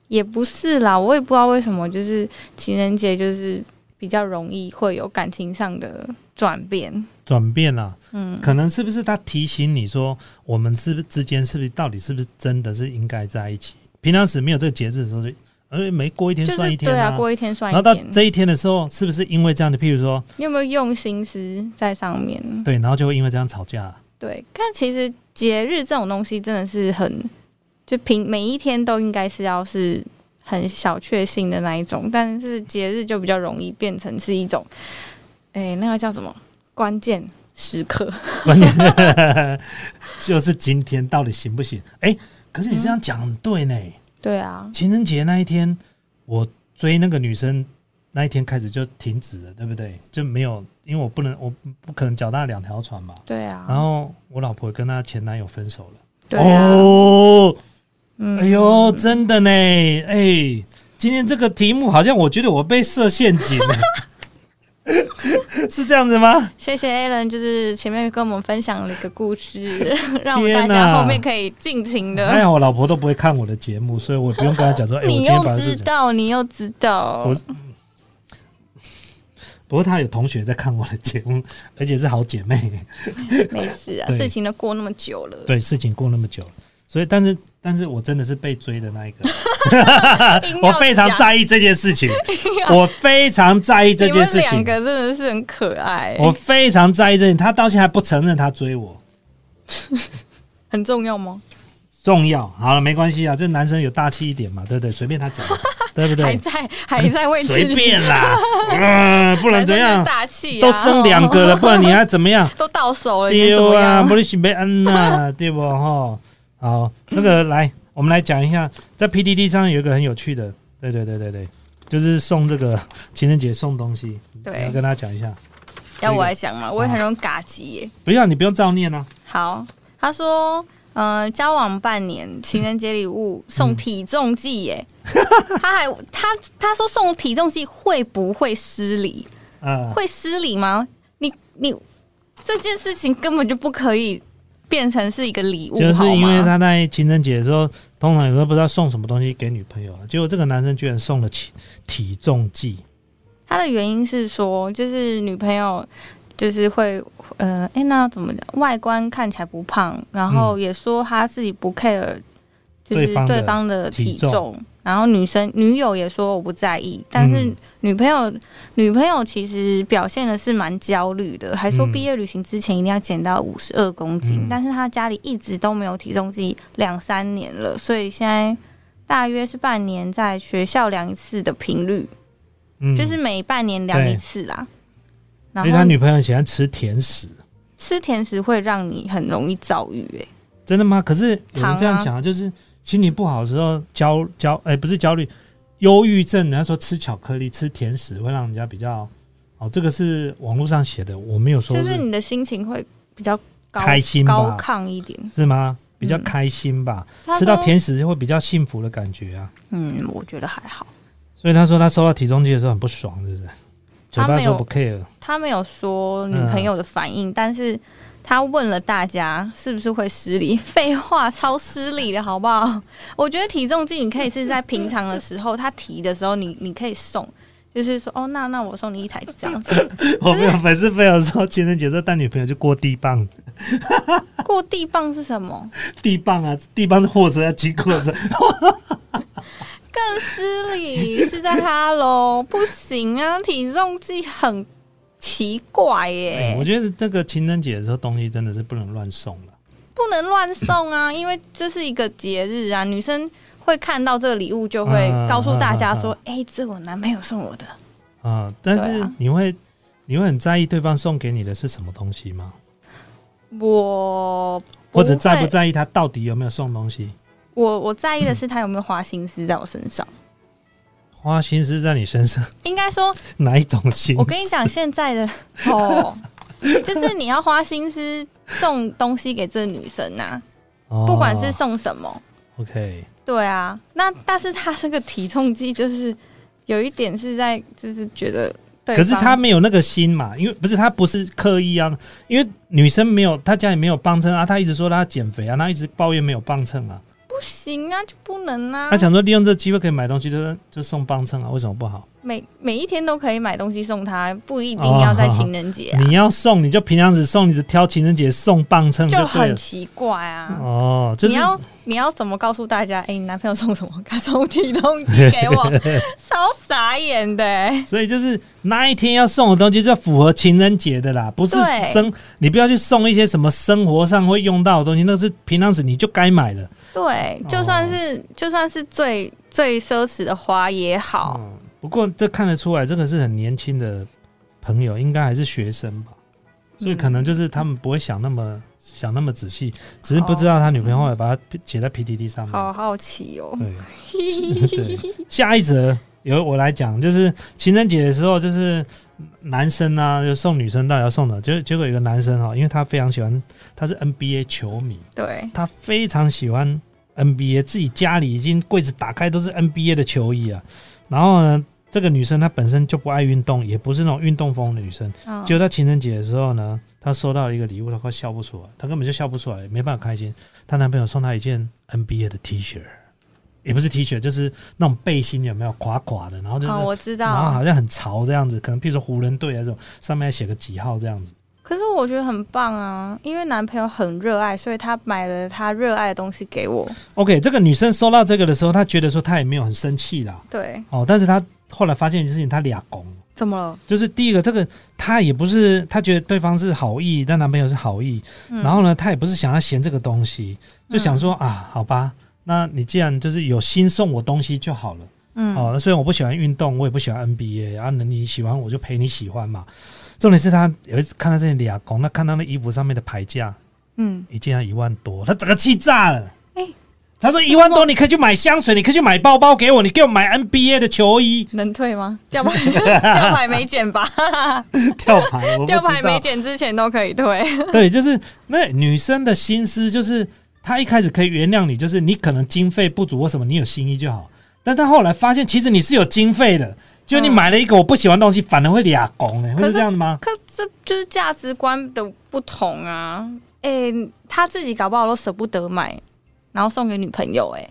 Speaker 2: 也不是啦，我也不知道为什么，就是情人节就是比较容易会有感情上的转变。
Speaker 1: 转变啦、
Speaker 2: 嗯，
Speaker 1: 可能是不是他提醒你说，我们是不是之间是不是到底是不是真的是应该在一起？平常时没有这个节日的时候就，呃，每过一天
Speaker 2: 就
Speaker 1: 算
Speaker 2: 是
Speaker 1: 一天
Speaker 2: 对啊，过一天算
Speaker 1: 然后
Speaker 2: 一
Speaker 1: 到
Speaker 2: 天。
Speaker 1: 这一天的时候，是不是因为这样的，譬如说，
Speaker 2: 你有没有用心思在上面？
Speaker 1: 对，然后就会因为这样吵架，
Speaker 2: 对，但其实节日这种东西真的是很，就平每一天都应该是要是很小确幸的那一种，但是节日就比较容易变成是一种，哎、那个叫什么关键时刻？ [LAUGHS]
Speaker 1: 关键 [LAUGHS] 就是今天到底行不行？哎、可是你这样讲很对呢。
Speaker 2: 对啊，
Speaker 1: 情人节那一天，我追那个女生那一天开始就停止了，对不对？就没有，因为我不能，我不可能脚踏两条船嘛。
Speaker 2: 对啊，
Speaker 1: 然后我老婆跟她前男友分手了。
Speaker 2: 对啊，
Speaker 1: 哦，
Speaker 2: 嗯
Speaker 1: 哎呦，真的呢，哎，今天这个题目好像我觉得我被设陷阱
Speaker 2: [LAUGHS]
Speaker 1: 了，是这样子吗？
Speaker 2: 谢谢 a l a n 就是前面跟我们分享了一个故事， [LAUGHS] 让我们大
Speaker 1: 天
Speaker 2: 家
Speaker 1: 哪
Speaker 2: 后面可以尽情 [LAUGHS] 的。
Speaker 1: 还好我老婆都不会看我的节目，所以我不用跟她
Speaker 2: [LAUGHS]
Speaker 1: 讲说，哎，我今
Speaker 2: 你
Speaker 1: 天
Speaker 2: 又
Speaker 1: 把事
Speaker 2: 知
Speaker 1: 情。
Speaker 2: 道，你又知道
Speaker 1: 我，不过她有同学在看我的节目，而且是好姐妹。
Speaker 2: 没事啊，
Speaker 1: 对
Speaker 2: 事情都过那么久了，
Speaker 1: 对，事情过那么久了，所以但是但是我真的是被追的那一
Speaker 2: [LAUGHS]
Speaker 1: 个，
Speaker 2: 硬
Speaker 1: 啊我
Speaker 2: 要
Speaker 1: 非常
Speaker 2: 讲
Speaker 1: 在意这件
Speaker 2: [LAUGHS]
Speaker 1: 事情，我非常在意这件事
Speaker 2: 你
Speaker 1: 情
Speaker 2: 们两，个真的是很可爱，欸
Speaker 1: 我非常在意这件，他到现在还不承认他追我。
Speaker 2: 很重要吗？
Speaker 1: 重要，好了，没关系啊，这男生有大气一点嘛，对不对？随便他
Speaker 2: [LAUGHS]
Speaker 1: 讲，对不
Speaker 2: 还
Speaker 1: 对？
Speaker 2: 在还在为自
Speaker 1: 随
Speaker 2: 己，
Speaker 1: 便
Speaker 2: [LAUGHS]
Speaker 1: 啦，嗯、不能怎
Speaker 2: 男生就是
Speaker 1: 样，
Speaker 2: 大气啊，
Speaker 1: 都生两个了，不然你还怎么样？
Speaker 2: [LAUGHS] 都到手了，你能怎
Speaker 1: 丢
Speaker 2: 么
Speaker 1: 啊，
Speaker 2: 样？
Speaker 1: 不是准备嗯
Speaker 2: [LAUGHS]
Speaker 1: 呐，对不哈？好，那个来，我们来讲一下，在 PDD 上有一个很有趣的，对对对对对，就是送这个情人节送东西，
Speaker 2: 对
Speaker 1: 你要跟他讲一下，
Speaker 2: 要我来讲嘛，我也很容易嘎叽耶。
Speaker 1: 不要你不用照念啊，
Speaker 2: 好，他说，嗯、交往半年，情人节礼物送体重计 [LAUGHS] 耶、他还他他说送体重计会不会失礼？
Speaker 1: 嗯，
Speaker 2: 会失礼吗？你你这件事情根本就不可以变成是一个礼物，
Speaker 1: 就是因为
Speaker 2: 好吗
Speaker 1: 他在情人节的时候，通常有时候不知道送什么东西给女朋友啊，结果这个男生居然送了体体重计，
Speaker 2: 他的原因是说，就是女朋友。就是会，呃，哎、那怎么讲？外观看起来不胖，然后也说他自己不 care，就
Speaker 1: 嗯对
Speaker 2: 是
Speaker 1: 方的
Speaker 2: 对方的体
Speaker 1: 体重
Speaker 2: 重。然后女生女友也说我不在意，但是
Speaker 1: 嗯
Speaker 2: 女朋友、女朋友其实表现的是蛮焦虑的，还说
Speaker 1: 嗯
Speaker 2: 毕业旅行之前一定要减到五十二公斤，
Speaker 1: 嗯
Speaker 2: 但是她家里一直都没有体重计，两三年了，所以现在大约是半年在学校量一次的频率，
Speaker 1: 嗯，
Speaker 2: 就是每半年量一
Speaker 1: 对
Speaker 2: 次啦。
Speaker 1: 因
Speaker 2: 然
Speaker 1: 为他
Speaker 2: 后
Speaker 1: 女朋友喜欢吃甜食，
Speaker 2: 吃甜食会让你很容易躁郁、欸，
Speaker 1: 真的吗？可是有
Speaker 2: 糖啊
Speaker 1: 人这样讲啊，就是心情不好的时候焦焦，哎、不是焦虑，忧郁症。人家说吃巧克力、吃甜食会让人家比较哦，这个是网络上写的，我没有说
Speaker 2: 就是是你的心情会比较高
Speaker 1: 开心
Speaker 2: 高
Speaker 1: 吧，
Speaker 2: 亢一点。
Speaker 1: 是吗？比较
Speaker 2: 嗯
Speaker 1: 开心吧，
Speaker 2: 他
Speaker 1: 吃到
Speaker 2: 说
Speaker 1: 甜食会比较幸福的感觉啊。
Speaker 2: 嗯，我觉得还好。
Speaker 1: 所以他说他收到体重计的时候很不爽，是不是？嘴
Speaker 2: 他
Speaker 1: 巴
Speaker 2: 没有
Speaker 1: 说不
Speaker 2: [LAUGHS]
Speaker 1: care，
Speaker 2: 他没有说女朋友的反
Speaker 1: 嗯
Speaker 2: 应，但是他问了大家是不是会失礼。废话，超失礼的好不好？ [LAUGHS] 我觉得体重计你可以是在平常的时候，他提的时候你你可以送，就是说哦，那那我送你一台这样子。
Speaker 1: 我没有粉丝朋友说情人节时候带女朋友去过地磅，
Speaker 2: 过地磅是什么？
Speaker 1: 地磅啊，地磅是货车要经过的时候，
Speaker 2: 更失礼是在 Hello，不行啊，体重计很奇怪耶、
Speaker 1: 哎我觉得这个情人节的时候东西真的是不能乱送了。
Speaker 2: 不能乱送啊，因为这是一个节日啊，女生会看到这个礼物就会
Speaker 1: 嗯
Speaker 2: 告诉大家
Speaker 1: 嗯嗯
Speaker 2: 说：“哎、这我男朋友送我的。
Speaker 1: 啊，但
Speaker 2: 对
Speaker 1: 是
Speaker 2: 啊
Speaker 1: 你会、你会很在意对方送给你的是什么东西吗？
Speaker 2: 我不
Speaker 1: 或者
Speaker 2: 会
Speaker 1: 在不在意他到底有没有送东西？
Speaker 2: 我我在意的是他有没有花心思在我身上。
Speaker 1: 花心思在你身上， [LAUGHS]
Speaker 2: 应该说，
Speaker 1: 哪一种心思？
Speaker 2: 我跟你讲，现
Speaker 1: [LAUGHS]
Speaker 2: 在的哦，就是你要花心思送东西给这个女生呐、啊
Speaker 1: 哦
Speaker 2: 不管是送什么，
Speaker 1: OK，
Speaker 2: 对啊，那但是他这个体重机就是有一点是在，就是觉得对
Speaker 1: 可是
Speaker 2: 方
Speaker 1: 他没有那个心嘛，因为不是他不是刻意啊，因为女生没有，她家里没有磅秤啊，她一直说她减肥啊，她一直抱怨没有磅秤啊，
Speaker 2: 不行啊，就不能啊。
Speaker 1: 她想说利用这机会可以买东西，就是就送磅秤啊，为什么不好？
Speaker 2: 每每一天都可以买东西送他，不一定要在情人节、啊
Speaker 1: 你要送你就平常时送，你只挑情人节送磅秤
Speaker 2: 就
Speaker 1: 对
Speaker 2: 很
Speaker 1: 了。
Speaker 2: 奇怪啊。
Speaker 1: 哦，就是
Speaker 2: 你要你要怎么告诉大家？哎、你男朋友送什么？他送体重机
Speaker 1: [LAUGHS]
Speaker 2: 给我，超傻眼的、欸。
Speaker 1: 所以就是那一天要送的东西，就符合情人节的啦，不是
Speaker 2: 对
Speaker 1: 生你不要去送一些什么生活上会用到的东西，那是平常时你就该买的。
Speaker 2: 对，就算是、
Speaker 1: 哦
Speaker 2: 就算是最最奢侈的花也好，
Speaker 1: 嗯，不过这看得出来，这个是很年轻的朋友，应该还是学生吧，所以可能
Speaker 2: 嗯
Speaker 1: 就是他们不会想那么想那么仔细，只是不知道他女朋友后来把它写在 PDD 上面。
Speaker 2: 好好奇哦、
Speaker 1: 对。对，下一则由我来讲，就是情人节的时候，就是男生啊，就送女生到底要送的，结结果有个男生哈、因为他非常喜欢，他是 NBA 球迷，
Speaker 2: 对，
Speaker 1: 他非常喜欢 NBA，自己家里已经柜子打开都是 NBA 的球衣啊。然后呢，这个女生她本身就不爱运动，也不是那种运动风的女生，
Speaker 2: 嗯，
Speaker 1: 就在情人节的时候呢，她收到了一个礼物，她快笑不出来，她根本就笑不出来，没办法开心。她男朋友送她一件 NBA 的 T 恤，也不是 T 恤，就是那种背心，有没有垮垮的，然后就是，
Speaker 2: 哦，我知
Speaker 1: 然后
Speaker 2: 道。
Speaker 1: 好像很潮这样子，可能譬如说湖人队啊这种，上面还写个几号这样子。
Speaker 2: 可是我觉得很棒啊，因为男朋友很热爱，所以他买了他热爱的东西给我。
Speaker 1: OK，这个女生收到这个的时候，她觉得说她也没有很生气啦，
Speaker 2: 对，
Speaker 1: 哦，但是她后来发现一件事情，她俩拱。
Speaker 2: 怎么了？
Speaker 1: 就是第一个，这个她也不是，她觉得对方是好意，但男朋友是好意，
Speaker 2: 嗯
Speaker 1: 然后呢，她也不是想要嫌这个东西，就想说、啊，好吧，那你既然就是有心送我东西就好了。
Speaker 2: 嗯，
Speaker 1: 哦，那虽然我不喜欢运动，我也不喜欢 NBA，啊，那你喜欢我就陪你喜欢嘛。重点是她有一次看到这里俩公，那看到那衣服上面的牌价，
Speaker 2: 嗯，
Speaker 1: 一件要一万多，她整个气炸了。
Speaker 2: 哎
Speaker 1: 她说一万多，你可以去买香水，你可以去买包包给我，你给我买 NBA 的球 [LAUGHS] 衣
Speaker 2: 能退吗？吊牌 [LAUGHS] 吊牌没剪吧？
Speaker 1: 吊牌，我不知
Speaker 2: 吊牌
Speaker 1: 道
Speaker 2: 没。剪之前都可以退。
Speaker 1: 对，就是那女生的心思，就是她一开始可以原谅你，就是你可能经费不足或什么，你有心意就好。但她后来发现，其实你是有经费的，就你
Speaker 2: 嗯
Speaker 1: 买了一个我不喜欢的东西，反而会俩拱哎，会是
Speaker 2: 可是
Speaker 1: 这样的吗？
Speaker 2: [LAUGHS] 可这就是价值观的不同啊！哎、他自己搞不好都舍不得买，然后送给女朋友、哎，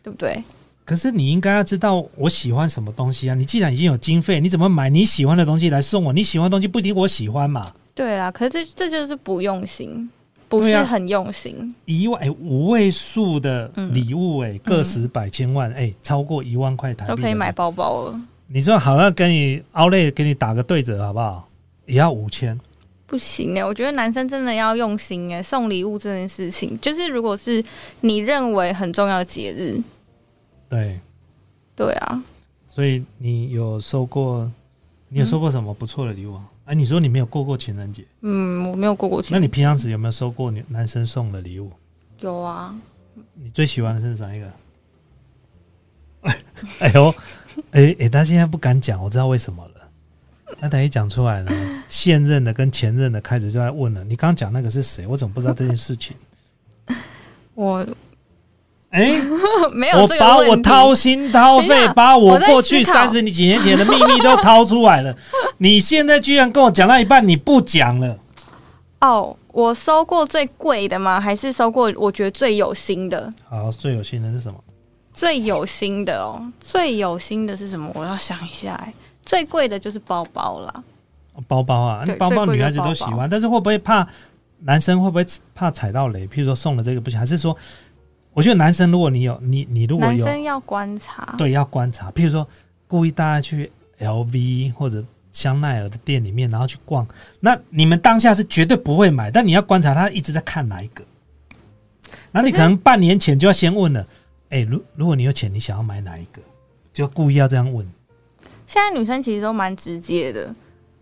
Speaker 2: 对不对？
Speaker 1: 可是你应该要知道我喜欢什么东西啊！你既然已经有经费，你怎么买你喜欢的东西来送我？你喜欢的东西不一定我喜欢嘛？
Speaker 2: 对啦，可是这这就是不用心，不
Speaker 1: 对
Speaker 2: 是
Speaker 1: 啊
Speaker 2: 很用心。
Speaker 1: 一万哎、五位数的礼物哎、个
Speaker 2: 嗯
Speaker 1: 十百千万哎、超过一万块台币
Speaker 2: 都可以
Speaker 1: 的
Speaker 2: 买包包了，
Speaker 1: 你说好，那给你 o u t l e 给你打个对折好不好？也要五千。
Speaker 2: 不行哎、我觉得男生真的要用心哎、送礼物这件事情，就是如果是你认为很重要的节日，
Speaker 1: 对，
Speaker 2: 对啊，
Speaker 1: 所以你有收过，你有收过什么不错的礼物啊？哎、你说你没有过过情人节，
Speaker 2: 嗯，我没有过过去
Speaker 1: 那，你平常时有没有收过女男生送的礼物？
Speaker 2: 有啊，
Speaker 1: 你最喜欢的是哪一个？哎呦，哎、哎、他现在不敢讲，我知道为什么了。他等一讲出来了，现任的跟前任的开始就来问了。你刚刚讲那个是谁？我怎么不知道这件事情？
Speaker 2: 我 [LAUGHS]
Speaker 1: 哎、
Speaker 2: 没有
Speaker 1: 我
Speaker 2: 这
Speaker 1: 把
Speaker 2: 个
Speaker 1: 我
Speaker 2: 问题。
Speaker 1: 掏心掏
Speaker 2: 等一
Speaker 1: 肺
Speaker 2: 下，
Speaker 1: 把我
Speaker 2: 我在
Speaker 1: 过
Speaker 2: 思
Speaker 1: 去
Speaker 2: 考
Speaker 1: 三十几年前的秘密都掏出来
Speaker 2: [LAUGHS]
Speaker 1: 了。你现在居然跟我讲到一半，你不讲了。
Speaker 2: 哦，我收过最贵的吗？还是收过我觉得最有心的？
Speaker 1: 好，最有心的是什么？
Speaker 2: 最有心的哦，最有心的是什么？我要想一下、哎，最贵的就是包包啦。
Speaker 1: 包包啊，
Speaker 2: 对
Speaker 1: 包包
Speaker 2: 最贵就
Speaker 1: 女孩子都喜欢，但是会不会怕男生会不会怕踩到雷？譬如说送了这个不行，还是说，我觉得男生如果你有你你如果
Speaker 2: 男
Speaker 1: 有
Speaker 2: 生要观察，
Speaker 1: 对要观察，譬如说故意大家去 LV 或者香奈儿的店里面，然后去逛，那你们当下是绝对不会买，但你要观察他一直在看哪一个，那你
Speaker 2: 可
Speaker 1: 可
Speaker 2: 是
Speaker 1: 能半年前就要先问了，哎、如如果你有钱，你想要买哪一个，就故意要这样问。
Speaker 2: 现在女生其实都蛮直接的，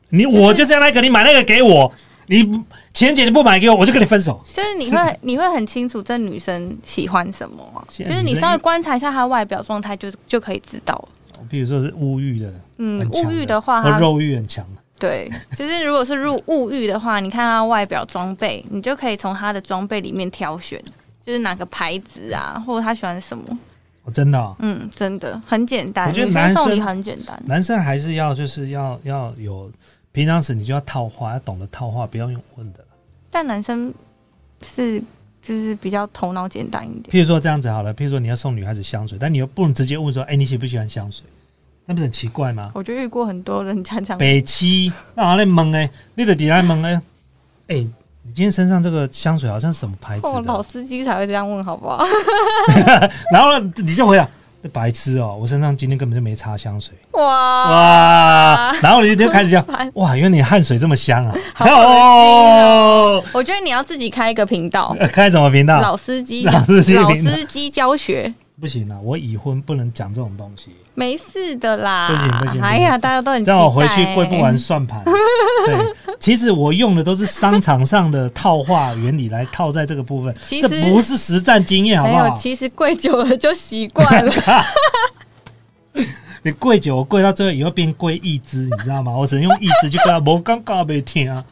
Speaker 1: 你
Speaker 2: 就是
Speaker 1: 我就是要那个，你买那个给我，你不情人节你不买给我，我就跟你分手。
Speaker 2: 就是你
Speaker 1: 是
Speaker 2: 会你会很清楚这女生喜欢什么啊、
Speaker 1: 现
Speaker 2: 就
Speaker 1: 在
Speaker 2: 是你
Speaker 1: 女生
Speaker 2: 稍微观察一下她的外表状态就就可以知道了。
Speaker 1: 比如说是物欲的，
Speaker 2: 嗯
Speaker 1: 很，强
Speaker 2: 物欲的话，
Speaker 1: 或
Speaker 2: 她
Speaker 1: 肉欲很强，
Speaker 2: 对，就是如果是入物欲的话，你看她外表装备，你就可以从她的装备里面挑选。就是哪个牌子啊，或者他喜欢什么。
Speaker 1: 我真的哦、
Speaker 2: 嗯，真的很简单，
Speaker 1: 我觉得
Speaker 2: 女
Speaker 1: 男
Speaker 2: 生送
Speaker 1: 生
Speaker 2: 礼很简单。
Speaker 1: 男生还是要就是要要有，平常时你就要套话，要懂得套话，不要用问的了。
Speaker 2: 但男生是就是比较头脑简单一点，
Speaker 1: 譬如说这样子好了，譬如说你要送女孩子香水，但你又不能直接问说，哎、你喜不喜欢香水？那不是很奇怪吗？
Speaker 2: 我就遇过很多人家这样。
Speaker 1: 北七，那我来蒙哎，你得底来蒙哎，哎、你今天身上这个香水好像什么牌子
Speaker 2: 哦，
Speaker 1: 的？
Speaker 2: 老司机才会这样问，好不好？
Speaker 1: 然后呢你就回答，那白痴哦、我身上今天根本就没擦香水。
Speaker 2: 哇，
Speaker 1: 哇，然后你就开始讲
Speaker 2: 啊烦，
Speaker 1: 哇，原来你汗水这么香啊！
Speaker 2: 好恶心
Speaker 1: 哦，
Speaker 2: 我觉得你要自己开一个频道，
Speaker 1: 呃 [LAUGHS] 开什么频道？
Speaker 2: 老司机，
Speaker 1: 老司机频道
Speaker 2: 老司机教学，
Speaker 1: 不行啊，我已婚不能讲这种东西，
Speaker 2: 没事的啦。
Speaker 1: 不行不行不行
Speaker 2: 哎呀，大家都很期待、
Speaker 1: 让
Speaker 2: 欸。
Speaker 1: 我回去跪不完算
Speaker 2: [LAUGHS]
Speaker 1: 盘。对，其实我用的都是商场上的套话原理来套在这个部分，
Speaker 2: 其
Speaker 1: 这
Speaker 2: 实
Speaker 1: 不是实战经验，好
Speaker 2: 没
Speaker 1: 不
Speaker 2: 有，
Speaker 1: 好？
Speaker 2: 其实跪久了就习
Speaker 1: [LAUGHS]
Speaker 2: 惯了。
Speaker 1: 你跪久，我跪到最后以后变跪一只，你知道吗？我只能用一只去跪到，我刚刚被听啊，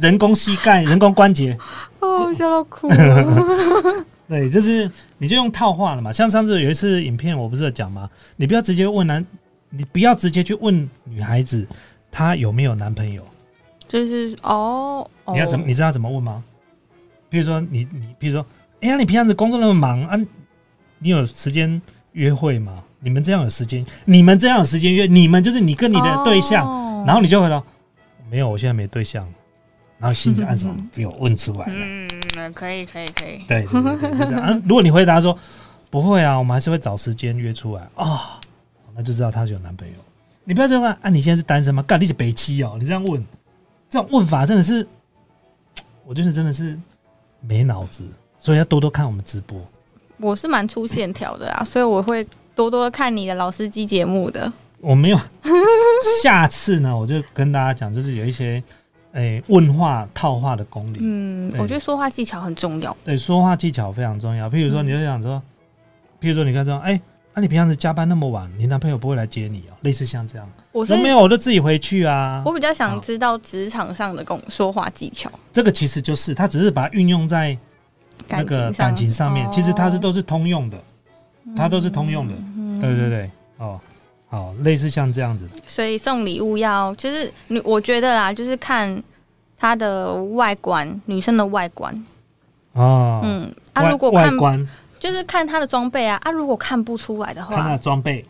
Speaker 1: 人工膝盖、人工关节，
Speaker 2: 哦，我笑到哭了。
Speaker 1: 对，就是你就用套话了嘛。像上次有一次影片，我不是有讲吗？你不要直接问男，你不要直接去问女孩子她有没有男朋友，
Speaker 2: 就是哦，哦
Speaker 1: 你要怎么？你知道怎么问吗？比如说你你，比如说，哎、呀，你平常子工作那么忙啊，你有时间约会吗？你们这样有时间，你们这样有时间约，你们就是你跟你的对象，
Speaker 2: 哦
Speaker 1: 然后你就回答没有，我现在没对象，然后心里暗
Speaker 2: [LAUGHS]
Speaker 1: 爽
Speaker 2: 嗯嗯，
Speaker 1: 给我问出来了。
Speaker 2: 嗯，可以可以可以。
Speaker 1: 对对对，对就这样。啊、 [LAUGHS] 如果你回答说不会啊，我们还是会找时间约出来啊、那就知道她是有男朋友。你不要这样问啊，你现在是单身吗？干，你是北七哦，你这样问，这种问法真的是，我觉得真的是没脑子，所以要多多看我们直播。
Speaker 2: 我是蛮粗线条的啊，所以我会多多看你的老司机节目的。
Speaker 1: 我没有，下次呢，我就跟大家讲，就是有一些诶、问话套话的功力，
Speaker 2: 嗯，
Speaker 1: 对
Speaker 2: 我觉得说话技巧很重要。
Speaker 1: 对，说话技巧非常重要。譬如
Speaker 2: 嗯
Speaker 1: 说，你就想说，譬如说，你看说，哎、那、你平常是加班那么晚，你男朋友不会来接你哦、类似像这样。
Speaker 2: 我是
Speaker 1: 那没有，我就自己回去啊
Speaker 2: 我。比较
Speaker 1: 好
Speaker 2: 想知道职场上的共说话技巧，
Speaker 1: 这个其实就是，他只是把它运用在那
Speaker 2: 感
Speaker 1: 个
Speaker 2: 情哦
Speaker 1: 感情上面，其实它是都是通用的，它都是通用的。
Speaker 2: 嗯
Speaker 1: 对对对，哦，好，类似像这样子的。
Speaker 2: 所以送礼物要就是你，我觉得啦，就是看她的外观，女生的外观。
Speaker 1: 哦，
Speaker 2: 嗯，啊，
Speaker 1: 外
Speaker 2: 如果
Speaker 1: 外
Speaker 2: 看
Speaker 1: 观
Speaker 2: 就是看她的装备啊，啊，如果看不出来的
Speaker 1: 看他
Speaker 2: 话
Speaker 1: 的，装备，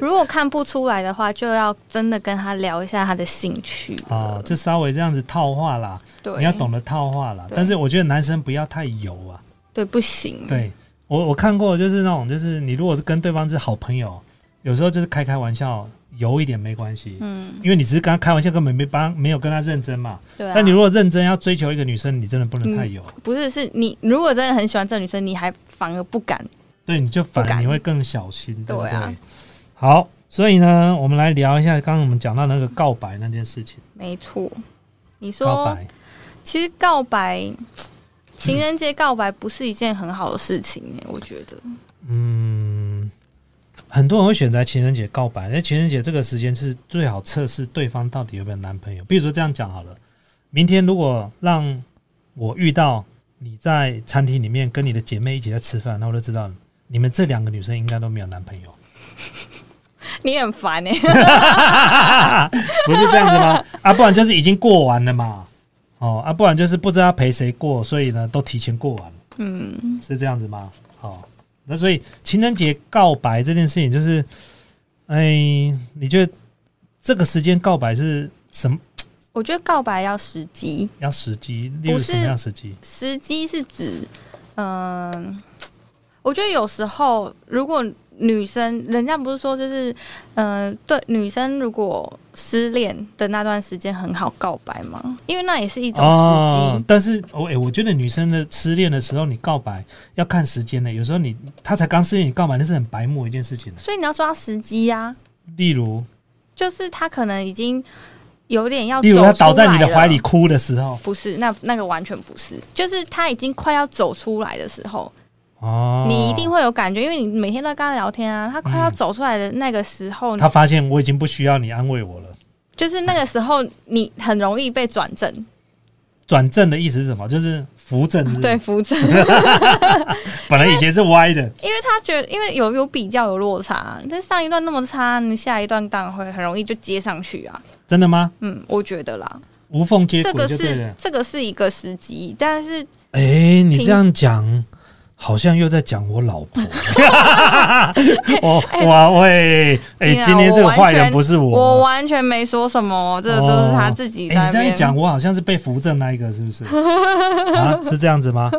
Speaker 2: 如果看不出来的话，就要真的跟她聊一下她的兴趣
Speaker 1: 哦
Speaker 2: 了，
Speaker 1: 就稍微这样子套话啦，
Speaker 2: 嗯对，
Speaker 1: 你要懂得套话啦。
Speaker 2: 对
Speaker 1: 但是我觉得男生不要太油啊，
Speaker 2: 对，不行，
Speaker 1: 对我我看过，就是那种，就是你如果是跟对方是好朋友，有时候就是开开玩笑，油一点没关系，
Speaker 2: 嗯，
Speaker 1: 因为你只是跟他开玩笑，根本没帮没有跟他认真嘛。
Speaker 2: 对啊。嗯
Speaker 1: 但你如果认真要追求一个女生，你真的不能太油，
Speaker 2: 不是是你，如果真的很喜欢这个女生，你还反而不敢，
Speaker 1: 对，你就反
Speaker 2: 不
Speaker 1: 而
Speaker 2: 敢
Speaker 1: 你会更小心，对不对？
Speaker 2: 对啊
Speaker 1: 好，所以呢，我们来聊一下刚刚我们讲到那个告白那件事情。
Speaker 2: 没错。你
Speaker 1: 告
Speaker 2: 说，
Speaker 1: 白，
Speaker 2: 其实告白，情人节告白不是一件很好的事情耶，我觉得。
Speaker 1: 嗯，很多人会选择情人节告白，因为情人节这个时间是最好测试对方到底有没有男朋友。比如说这样讲好了，明天如果让我遇到你在餐厅里面跟你的姐妹一起在吃饭，那我就知道你们这两个女生应该都没有男朋友。
Speaker 2: 你很烦哎，
Speaker 1: 不是这样子
Speaker 2: [LAUGHS]
Speaker 1: 吗？啊，不然就是已经过完了嘛。哦，啊，不然就是不知道陪谁过，所以呢，都提前过完，
Speaker 2: 嗯，
Speaker 1: 是这样子吗？哦，那所以情人节告白这件事情，就是，哎、你觉得这个时间告白是什么？
Speaker 2: 我觉得告白要时机，
Speaker 1: 要时机，例如
Speaker 2: 不是
Speaker 1: 什么样时机？
Speaker 2: 时机是指，嗯、我觉得有时候如果女生，人家不是说就是，嗯、对，女生如果失恋的那段时间很好告白吗？因为那也是一种时
Speaker 1: 哦
Speaker 2: 机，，
Speaker 1: 但是我哎、我觉得女生的失恋的时候，你告白要看时间的，有时候你她才刚失恋，你告白那是很白目的一件事情的。
Speaker 2: 所以你要抓时机呀、
Speaker 1: 例如，
Speaker 2: 就是他可能已经有点要
Speaker 1: 例如
Speaker 2: 哦走
Speaker 1: 她
Speaker 2: 出
Speaker 1: 倒在你的
Speaker 2: 来
Speaker 1: 怀
Speaker 2: 了
Speaker 1: 里哭的时候，
Speaker 2: 不是，那那个完全不是，就是他已经快要走出来的时候，
Speaker 1: 哦，
Speaker 2: 你一定会有感觉，因为你每天都在跟他聊天啊。他快要
Speaker 1: 嗯
Speaker 2: 走出来的那个时候，
Speaker 1: 他发现我已经不需要你安慰我了。
Speaker 2: 就是那个时候你很容易被转正，
Speaker 1: 转正的意思是什么？就是扶正是不是
Speaker 2: [LAUGHS] 对，，扶
Speaker 1: [LAUGHS]
Speaker 2: 正，
Speaker 1: 本来以前是歪的，
Speaker 2: 因为他觉得，因为有有比较有落差，但上一段那么差，你下一段当然会很容易就接上去啊。
Speaker 1: 真的吗？
Speaker 2: 嗯，我觉得啦，
Speaker 1: 无缝接
Speaker 2: 这
Speaker 1: 轨
Speaker 2: 个
Speaker 1: 就对
Speaker 2: 是
Speaker 1: 了。
Speaker 2: 这个是一个时机，但是
Speaker 1: 哎、你这样讲，好像又在讲我老婆。 [LAUGHS]
Speaker 2: [LAUGHS]
Speaker 1: 我哇喂，哎、
Speaker 2: 天啊
Speaker 1: 今天这个
Speaker 2: 哎我完
Speaker 1: 坏人
Speaker 2: 全
Speaker 1: 不是
Speaker 2: 我完全没说什么，这都是他自己
Speaker 1: 哎、
Speaker 2: 在那
Speaker 1: 你这样
Speaker 2: 边
Speaker 1: 一讲，我好像是被扶正那一个，是不是？ [LAUGHS] 啊，是这样子吗？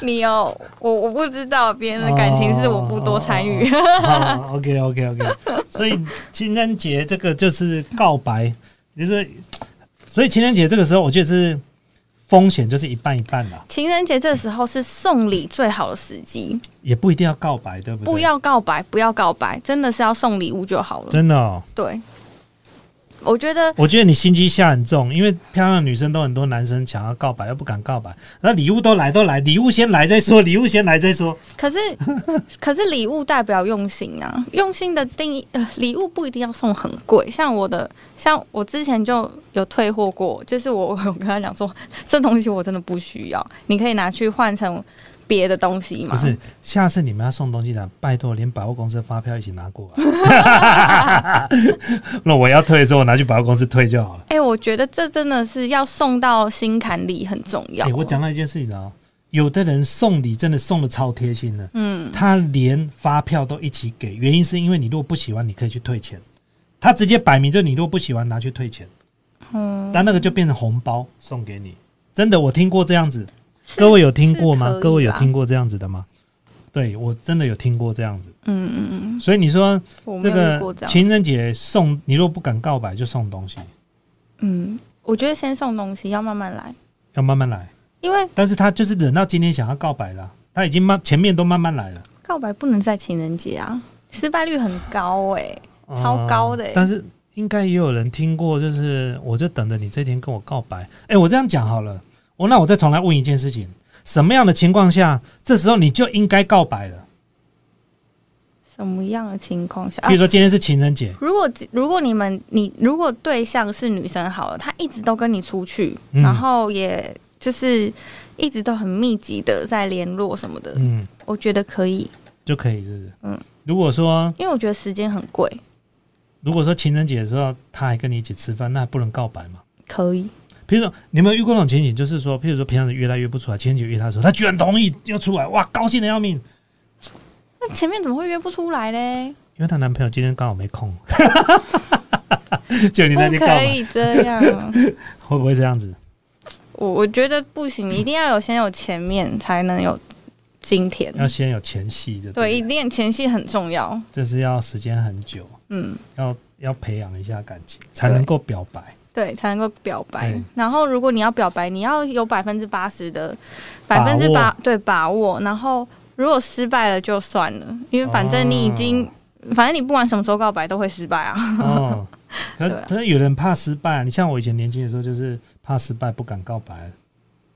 Speaker 2: 你哦，我我不知道别人的感情是我不多参与。
Speaker 1: [LAUGHS] 啊，OK OK OK，所以情人节这个就是告白，就是所以情人节这个时候，我觉得是风险就是一半一半啦，
Speaker 2: 情人节这时候是送礼最好的时机，
Speaker 1: 也不一定要告白，对不对？
Speaker 2: 不，要告白，不要告白，真的是要送礼物就好了。
Speaker 1: 真的、哦，
Speaker 2: 对，我觉得
Speaker 1: 我觉得你心机下很重，因为漂亮的女生都很多男生想要告白又不敢告白，那礼物都来都来，礼物先来再说，礼物先来再说，[LAUGHS]
Speaker 2: 可是，可是礼物代表用心啊。用心的定义，呃，礼物不一定要送很贵。像我的，像我之前就有退货过，就是我我跟他讲说，这东西我真的不需要，你可以拿去换成别的东西嘛。
Speaker 1: 不是，下次你们要送东西来，拜托连百货公司的发票一起拿过来。 [LAUGHS] 那我要退的时候，我拿去百货公司退就好了。
Speaker 2: 哎、我觉得这真的是要送到心坎里很重要。
Speaker 1: 哎、我讲到一件事情啊，有的人送礼真的送的超贴心的，
Speaker 2: 嗯，
Speaker 1: 他连发票都一起给，原因是因为你如果不喜欢，你可以去退钱。他直接摆明就你如果不喜欢拿去退钱，
Speaker 2: 嗯，
Speaker 1: 但那个就变成红包送给你。真的，我听过这样子，
Speaker 2: 是
Speaker 1: 各位有听过吗
Speaker 2: 是可以？啦
Speaker 1: 各位有听过这样子的吗？对我真的有听过这样子，
Speaker 2: 嗯嗯嗯，
Speaker 1: 所以你说
Speaker 2: 我没
Speaker 1: 这
Speaker 2: 有遇过
Speaker 1: 个
Speaker 2: 这样。
Speaker 1: 情人节送，你若不敢告白就送东西，
Speaker 2: 嗯，我觉得先送东西要慢慢来，
Speaker 1: 要慢慢来。
Speaker 2: 因为
Speaker 1: 但是他就是忍到今天想要告白了，他已经慢前面都慢慢来了，
Speaker 2: 告白不能在情人节啊，失败率很高哎、超高的欸
Speaker 1: 嗯但是应该也有人听过，就是我就等着你这天跟我告白。哎、我这样讲好了，我那我再重来问一件事情：什么样的情况下，这时候你就应该告白了？
Speaker 2: 什么样的情况下？啊啊
Speaker 1: 比如说今天是情人节，
Speaker 2: 如果如果你们你如果对象是女生好了，她一直都跟你出去，
Speaker 1: 嗯
Speaker 2: 然后也就是一直都很密集的在联络什么的，
Speaker 1: 嗯，
Speaker 2: 我觉得可以，
Speaker 1: 就可以，是不是？
Speaker 2: 嗯。
Speaker 1: 如果说
Speaker 2: 因为我觉得时间很贵，
Speaker 1: 如果说情人节的时候他还跟你一起吃饭，那不能告白嘛？
Speaker 2: 可以。
Speaker 1: 比如说，你有没有遇过那种情景？就是说，譬如说，平常约他约不出来，情人节约他的时候，他居然同意要出来，哇，高兴的要命！
Speaker 2: 那前面怎么会约不出来嘞？
Speaker 1: 因为她男朋友今天刚好没空， [LAUGHS] 就你那
Speaker 2: 不
Speaker 1: 天告
Speaker 2: 可
Speaker 1: 白，
Speaker 2: 以这样，
Speaker 1: 会不会这样子？
Speaker 2: 我我觉得不行，一定要有先有前面才能有今天。
Speaker 1: 要先有前戏的，
Speaker 2: 对，
Speaker 1: 对
Speaker 2: 一
Speaker 1: 了，
Speaker 2: 定前戏很重要。
Speaker 1: 这是要时间很久，
Speaker 2: 嗯，
Speaker 1: 要要培养一下感情，才能够表
Speaker 2: [LAUGHS]
Speaker 1: 白，
Speaker 2: 对，才能够表白
Speaker 1: 对。
Speaker 2: 然后，如果你要表白，你要有百分之八十的
Speaker 1: 把
Speaker 2: 百
Speaker 1: 握
Speaker 2: 分之八对把握。然后，如果失败了就算了，因为反正你已经，反正你不管什么时候告白都会失败啊。 [LAUGHS]
Speaker 1: 哦。可
Speaker 2: 对啊
Speaker 1: 可是有人怕失败，你像我以前年轻的时候，就是怕失败不敢告白，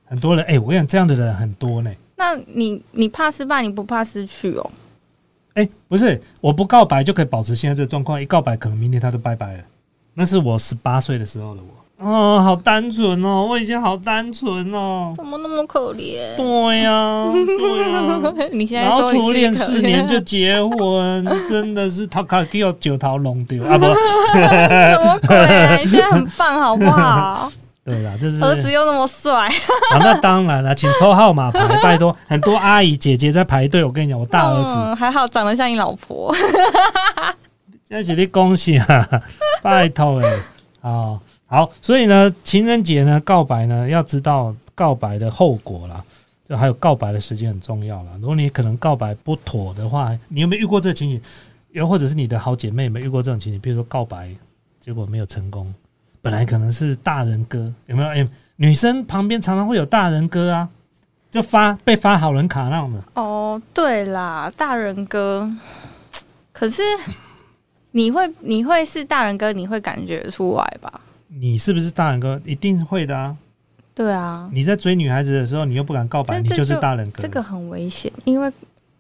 Speaker 1: 很多人哎、我跟你讲，这样的人很多呢。
Speaker 2: 那你你怕失败，你不怕失去哦？
Speaker 1: 哎、不是，我不告白就可以保持现在这个状况，一告白可能明天他就拜拜了。那是我十八岁的时候的我，哦，好单纯哦，我以前好单纯哦。
Speaker 2: 怎么那么可怜？
Speaker 1: 对呀、对啊呀、
Speaker 2: 你现在
Speaker 1: 嗯然后初
Speaker 2: 说你自己
Speaker 1: 恋
Speaker 2: 可
Speaker 1: 四
Speaker 2: 怜
Speaker 1: 年
Speaker 2: [LAUGHS]
Speaker 1: 就结婚，真的是他卡给我九桃龙丢
Speaker 2: [LAUGHS]
Speaker 1: 啊不，
Speaker 2: 什么鬼啊？你现在很棒，好不好？
Speaker 1: 对啦，就是
Speaker 2: 儿子又那么帅，
Speaker 1: 啊，那当然了，请抽号码牌，拜托，很多阿姨姐姐在排队。我跟你讲，我大儿子
Speaker 2: 嗯，还好长得像你老婆。
Speaker 1: 这是你恭喜啊，拜托哎、哦，好，所以呢，情人节呢，告白呢，要知道告白的后果啦，就还有告白的时间很重要啦。如果你可能告白不妥的话，你有没有遇过这个情形？又或者是你的好姐妹有没有遇过这种情形？比如说告白结果没有成功，本来可能是大人哥，有没有？哎、女生旁边常常会有大人哥啊，就发被发好人卡那种的。
Speaker 2: 哦，对啦，大人哥，可是你会你会是大人哥，你会感觉出来吧？
Speaker 1: 你是不是大人哥？一定会的啊！
Speaker 2: 对啊，
Speaker 1: 你在追女孩子的时候，你又不敢告白，
Speaker 2: 这
Speaker 1: 你
Speaker 2: 这
Speaker 1: 就是
Speaker 2: 就
Speaker 1: 大人格。
Speaker 2: 这个很危险，因为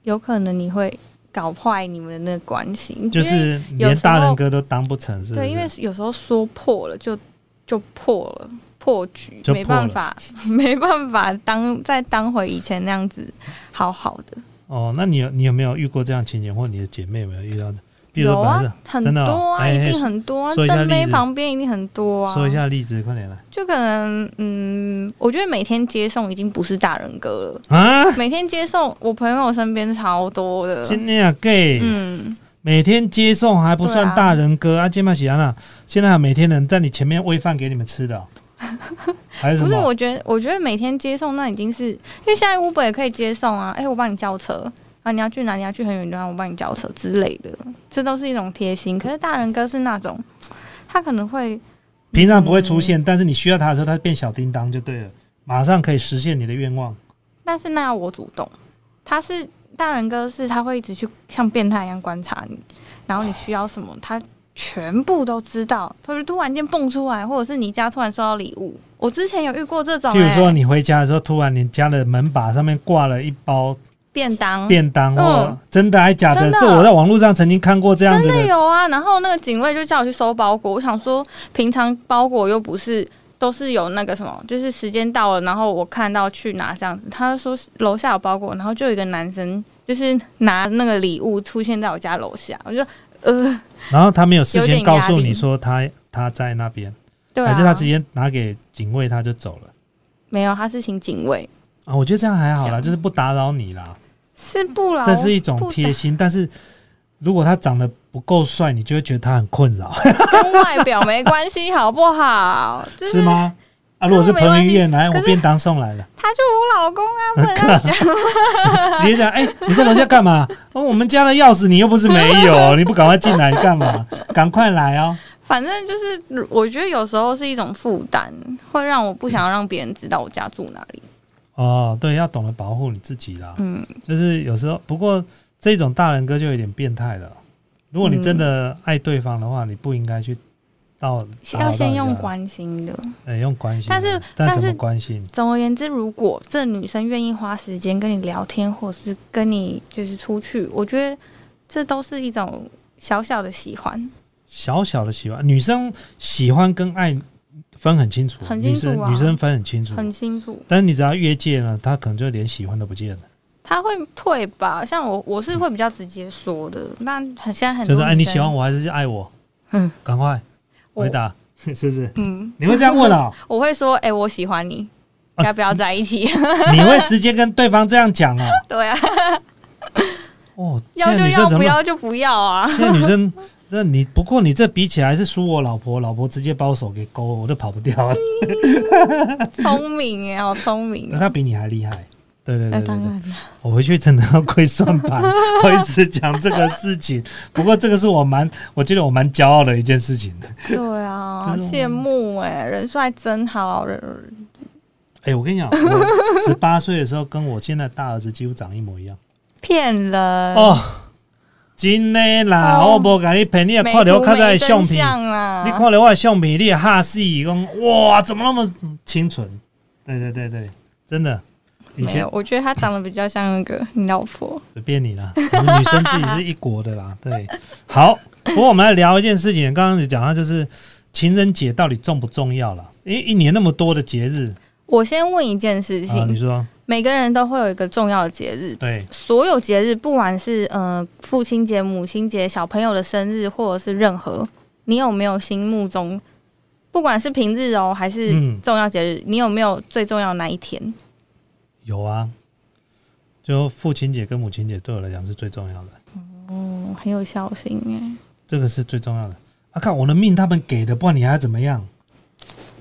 Speaker 2: 有可能你会搞坏你们的那个关系，
Speaker 1: 就
Speaker 2: 因为
Speaker 1: 是
Speaker 2: 有
Speaker 1: 连
Speaker 2: 时
Speaker 1: 大人
Speaker 2: 候
Speaker 1: 格都当不成，是不是？
Speaker 2: 对，因为有时候说破了就就破了，破局，
Speaker 1: 就
Speaker 2: 没
Speaker 1: 破了
Speaker 2: 办法， [LAUGHS] 没办法当再当回以前那样子好好的。
Speaker 1: 哦，那你有你有没有遇过这样情形，或你的姐妹有没有遇到的？比如
Speaker 2: 有
Speaker 1: 说本来是
Speaker 2: 啊，很
Speaker 1: 真的哦
Speaker 2: 多啊，
Speaker 1: 哎
Speaker 2: 一
Speaker 1: 哎
Speaker 2: 定很多啊，
Speaker 1: 说一下例
Speaker 2: 正妹
Speaker 1: 子
Speaker 2: 旁边一定很多啊。
Speaker 1: 说一下例子，快点来
Speaker 2: 就可能嗯，我觉得每天接送已经不是大人哥
Speaker 1: [LAUGHS]
Speaker 2: 了，
Speaker 1: 啊！
Speaker 2: 每天接送我朋友身边超多的。
Speaker 1: 今天啊，gay，、
Speaker 2: 嗯，
Speaker 1: 每天接送还不
Speaker 2: 对
Speaker 1: 算
Speaker 2: 啊
Speaker 1: 大人哥啊，金马喜安娜，现在每天能在你前面喂饭给你们吃
Speaker 2: [LAUGHS]
Speaker 1: 的哦、还是什
Speaker 2: 不
Speaker 1: 么？
Speaker 2: 是，我觉得，我觉得每天接送那已经是，因为现在 Uber 也可以接送啊。哎、我帮你叫车啊，你要去哪里？你要去很远的地方，我帮你叫车之类的，这都是一种贴心。可是大人哥是那种，他可能会
Speaker 1: 平常不会出现，但是你需要他的时候，他变小叮当就对了，马上可以实现你的愿望。
Speaker 2: 但是那要我主动，他是大人哥是他会一直去像变态一样观察你，然后你需要什么，他全部都知道，他就突然间蹦出来，或者是你家突然收到礼物。我之前有遇过这种、
Speaker 1: 譬如说，
Speaker 2: 哎
Speaker 1: 你回家的时候，突然你家的门把上面挂了一包
Speaker 2: 便当。
Speaker 1: 便当，
Speaker 2: 嗯
Speaker 1: 哦，真的还假的？
Speaker 2: 真的
Speaker 1: 这我在网络上曾经看过这样子
Speaker 2: 真的
Speaker 1: 的，
Speaker 2: 有啊，然后那个警卫就叫我去收包裹，我想说平常包裹又不是都是有那个什么，就是时间到了，然后我看到去拿这样子，他就说楼下有包裹，然后就有一个男生就是拿那个礼物出现在我家楼下，我就呃，
Speaker 1: 然后他没有事
Speaker 2: 有
Speaker 1: 先
Speaker 2: 点
Speaker 1: 告诉
Speaker 2: 压力
Speaker 1: 你说他他在那边，
Speaker 2: 对啊，
Speaker 1: 还是他直接拿给警卫他就走了
Speaker 2: 没有，他是请警卫，
Speaker 1: 啊？我觉得这样还好啦，
Speaker 2: 想
Speaker 1: 就是不打扰你啦，
Speaker 2: 是不劳，
Speaker 1: 这是一种
Speaker 2: 不打
Speaker 1: 贴心。但是如果他长得不够帅，你就会觉得他很困扰，
Speaker 2: 跟外表没关系，好不
Speaker 1: [LAUGHS]
Speaker 2: 好？ [LAUGHS] 就是
Speaker 1: 吗？啊，如
Speaker 2: 这
Speaker 1: 果是
Speaker 2: 没关
Speaker 1: 彭于
Speaker 2: 系
Speaker 1: 晏来，
Speaker 2: 可
Speaker 1: 我
Speaker 2: 是
Speaker 1: 便当送
Speaker 2: [LAUGHS]
Speaker 1: 来了。
Speaker 2: 他就我老公啊，不能
Speaker 1: [LAUGHS]
Speaker 2: 这样讲。
Speaker 1: 直接讲，哎、你在楼下干嘛？哦，我们家的钥匙你又不是没
Speaker 2: [LAUGHS]
Speaker 1: 有，你不赶快进来干嘛？赶快来哦！
Speaker 2: 反正就是，我觉得有时候是一种负担，会让我不想要让别人知道我家住哪里。
Speaker 1: 哦，对，要懂得保护你自己啦。
Speaker 2: 嗯，
Speaker 1: 就是有时候，不过这种大人哥就有点变态了。如果你真的爱对方的话，你不应该去到打扰到
Speaker 2: 要先用
Speaker 1: 人家，
Speaker 2: 关心的。
Speaker 1: 哎、用关心啊，
Speaker 2: 但是
Speaker 1: 但
Speaker 2: 但
Speaker 1: 怎么
Speaker 2: 是
Speaker 1: 关心？
Speaker 2: 总而言之，如果这女生愿意花时间跟你聊天，或是跟你就是出去，我觉得这都是一种小小的喜欢。
Speaker 1: 小小的喜欢，女生喜欢跟爱分很清楚，
Speaker 2: 很清楚啊
Speaker 1: 女生女生分很清楚，
Speaker 2: 很清楚，
Speaker 1: 但是你只要越界了，她可能就连喜欢都不见了。
Speaker 2: 她会退吧？像我，我是会比较直接说的。那很现在很
Speaker 1: 就
Speaker 2: 多
Speaker 1: 是哎，
Speaker 2: 女
Speaker 1: 你
Speaker 2: 生
Speaker 1: 喜欢我还是爱我？
Speaker 2: 嗯，
Speaker 1: 赶快
Speaker 2: 我
Speaker 1: 回答， [LAUGHS] 是不是？
Speaker 2: 嗯，
Speaker 1: 你会这样问哦？
Speaker 2: [LAUGHS] 我会说，哎、我喜欢你，
Speaker 1: 啊
Speaker 2: 要不要在一起？ [LAUGHS]
Speaker 1: 你会直接跟对方这样讲哦？
Speaker 2: 对啊，
Speaker 1: 哦， [LAUGHS] 现
Speaker 2: 要
Speaker 1: 在
Speaker 2: 就
Speaker 1: 女生
Speaker 2: 要，
Speaker 1: 怎么那
Speaker 2: 不
Speaker 1: 么？
Speaker 2: 要 [LAUGHS] 就不要啊。
Speaker 1: 现在女生，那你不过你这比起来是输我老婆，老婆直接把我手给勾，我都跑不掉
Speaker 2: 嗯
Speaker 1: 啊。
Speaker 2: 聪明耶，好
Speaker 1: [LAUGHS]
Speaker 2: 聪明
Speaker 1: 那
Speaker 2: 哦。
Speaker 1: 她比你还厉害。对对
Speaker 2: 那
Speaker 1: 对
Speaker 2: 当
Speaker 1: 对对，
Speaker 2: 然了，
Speaker 1: 我回去真的要跪算
Speaker 2: [LAUGHS]
Speaker 1: 盘，我一直讲这个事情。不过这个是我蛮，我觉得我蛮骄傲的一件事情。
Speaker 2: 对啊，好
Speaker 1: 真的吗
Speaker 2: 羡慕哎，人帅真好，人
Speaker 1: 哎，我跟你讲，我十八岁的时候跟我现在大儿子几乎长一模一样。
Speaker 2: 骗人
Speaker 1: 哦，真的啦，
Speaker 2: 嗯哦
Speaker 1: 我无甲你骗，你也
Speaker 2: 美
Speaker 1: 看到
Speaker 2: 图
Speaker 1: 我较早的
Speaker 2: 美
Speaker 1: 相
Speaker 2: 真
Speaker 1: 片，
Speaker 2: 相啊！
Speaker 1: 你看到我的相片，你也哈死，讲哇，怎么那么清纯？对对对对，真的，以
Speaker 2: 没
Speaker 1: 前
Speaker 2: 有，我觉得他长得比较像那个你老婆。
Speaker 1: 随便你啦，我们女生自己是一国的啦。对，好，不过我们来聊一件事情，刚刚你讲到就是情人节到底重不重要啦？因为一年那么多的节日
Speaker 2: 我先问一件事
Speaker 1: 啊，你
Speaker 2: 情，
Speaker 1: 说
Speaker 2: 每个人都会有一个重要的节日，
Speaker 1: 对，
Speaker 2: 所有节日，不管是呃父亲节、母亲节、小朋友的生日，或者是任何，你有没有心目中，不管是平日哦还是
Speaker 1: 嗯
Speaker 2: 重要节日，你有没有最重要的那一天？
Speaker 1: 有啊，就父亲节跟母亲节对我来讲是最重要的。
Speaker 2: 哦，很有孝心哎，
Speaker 1: 这个是最重要的。啊，看我的命他们给的，不然你还要怎么样？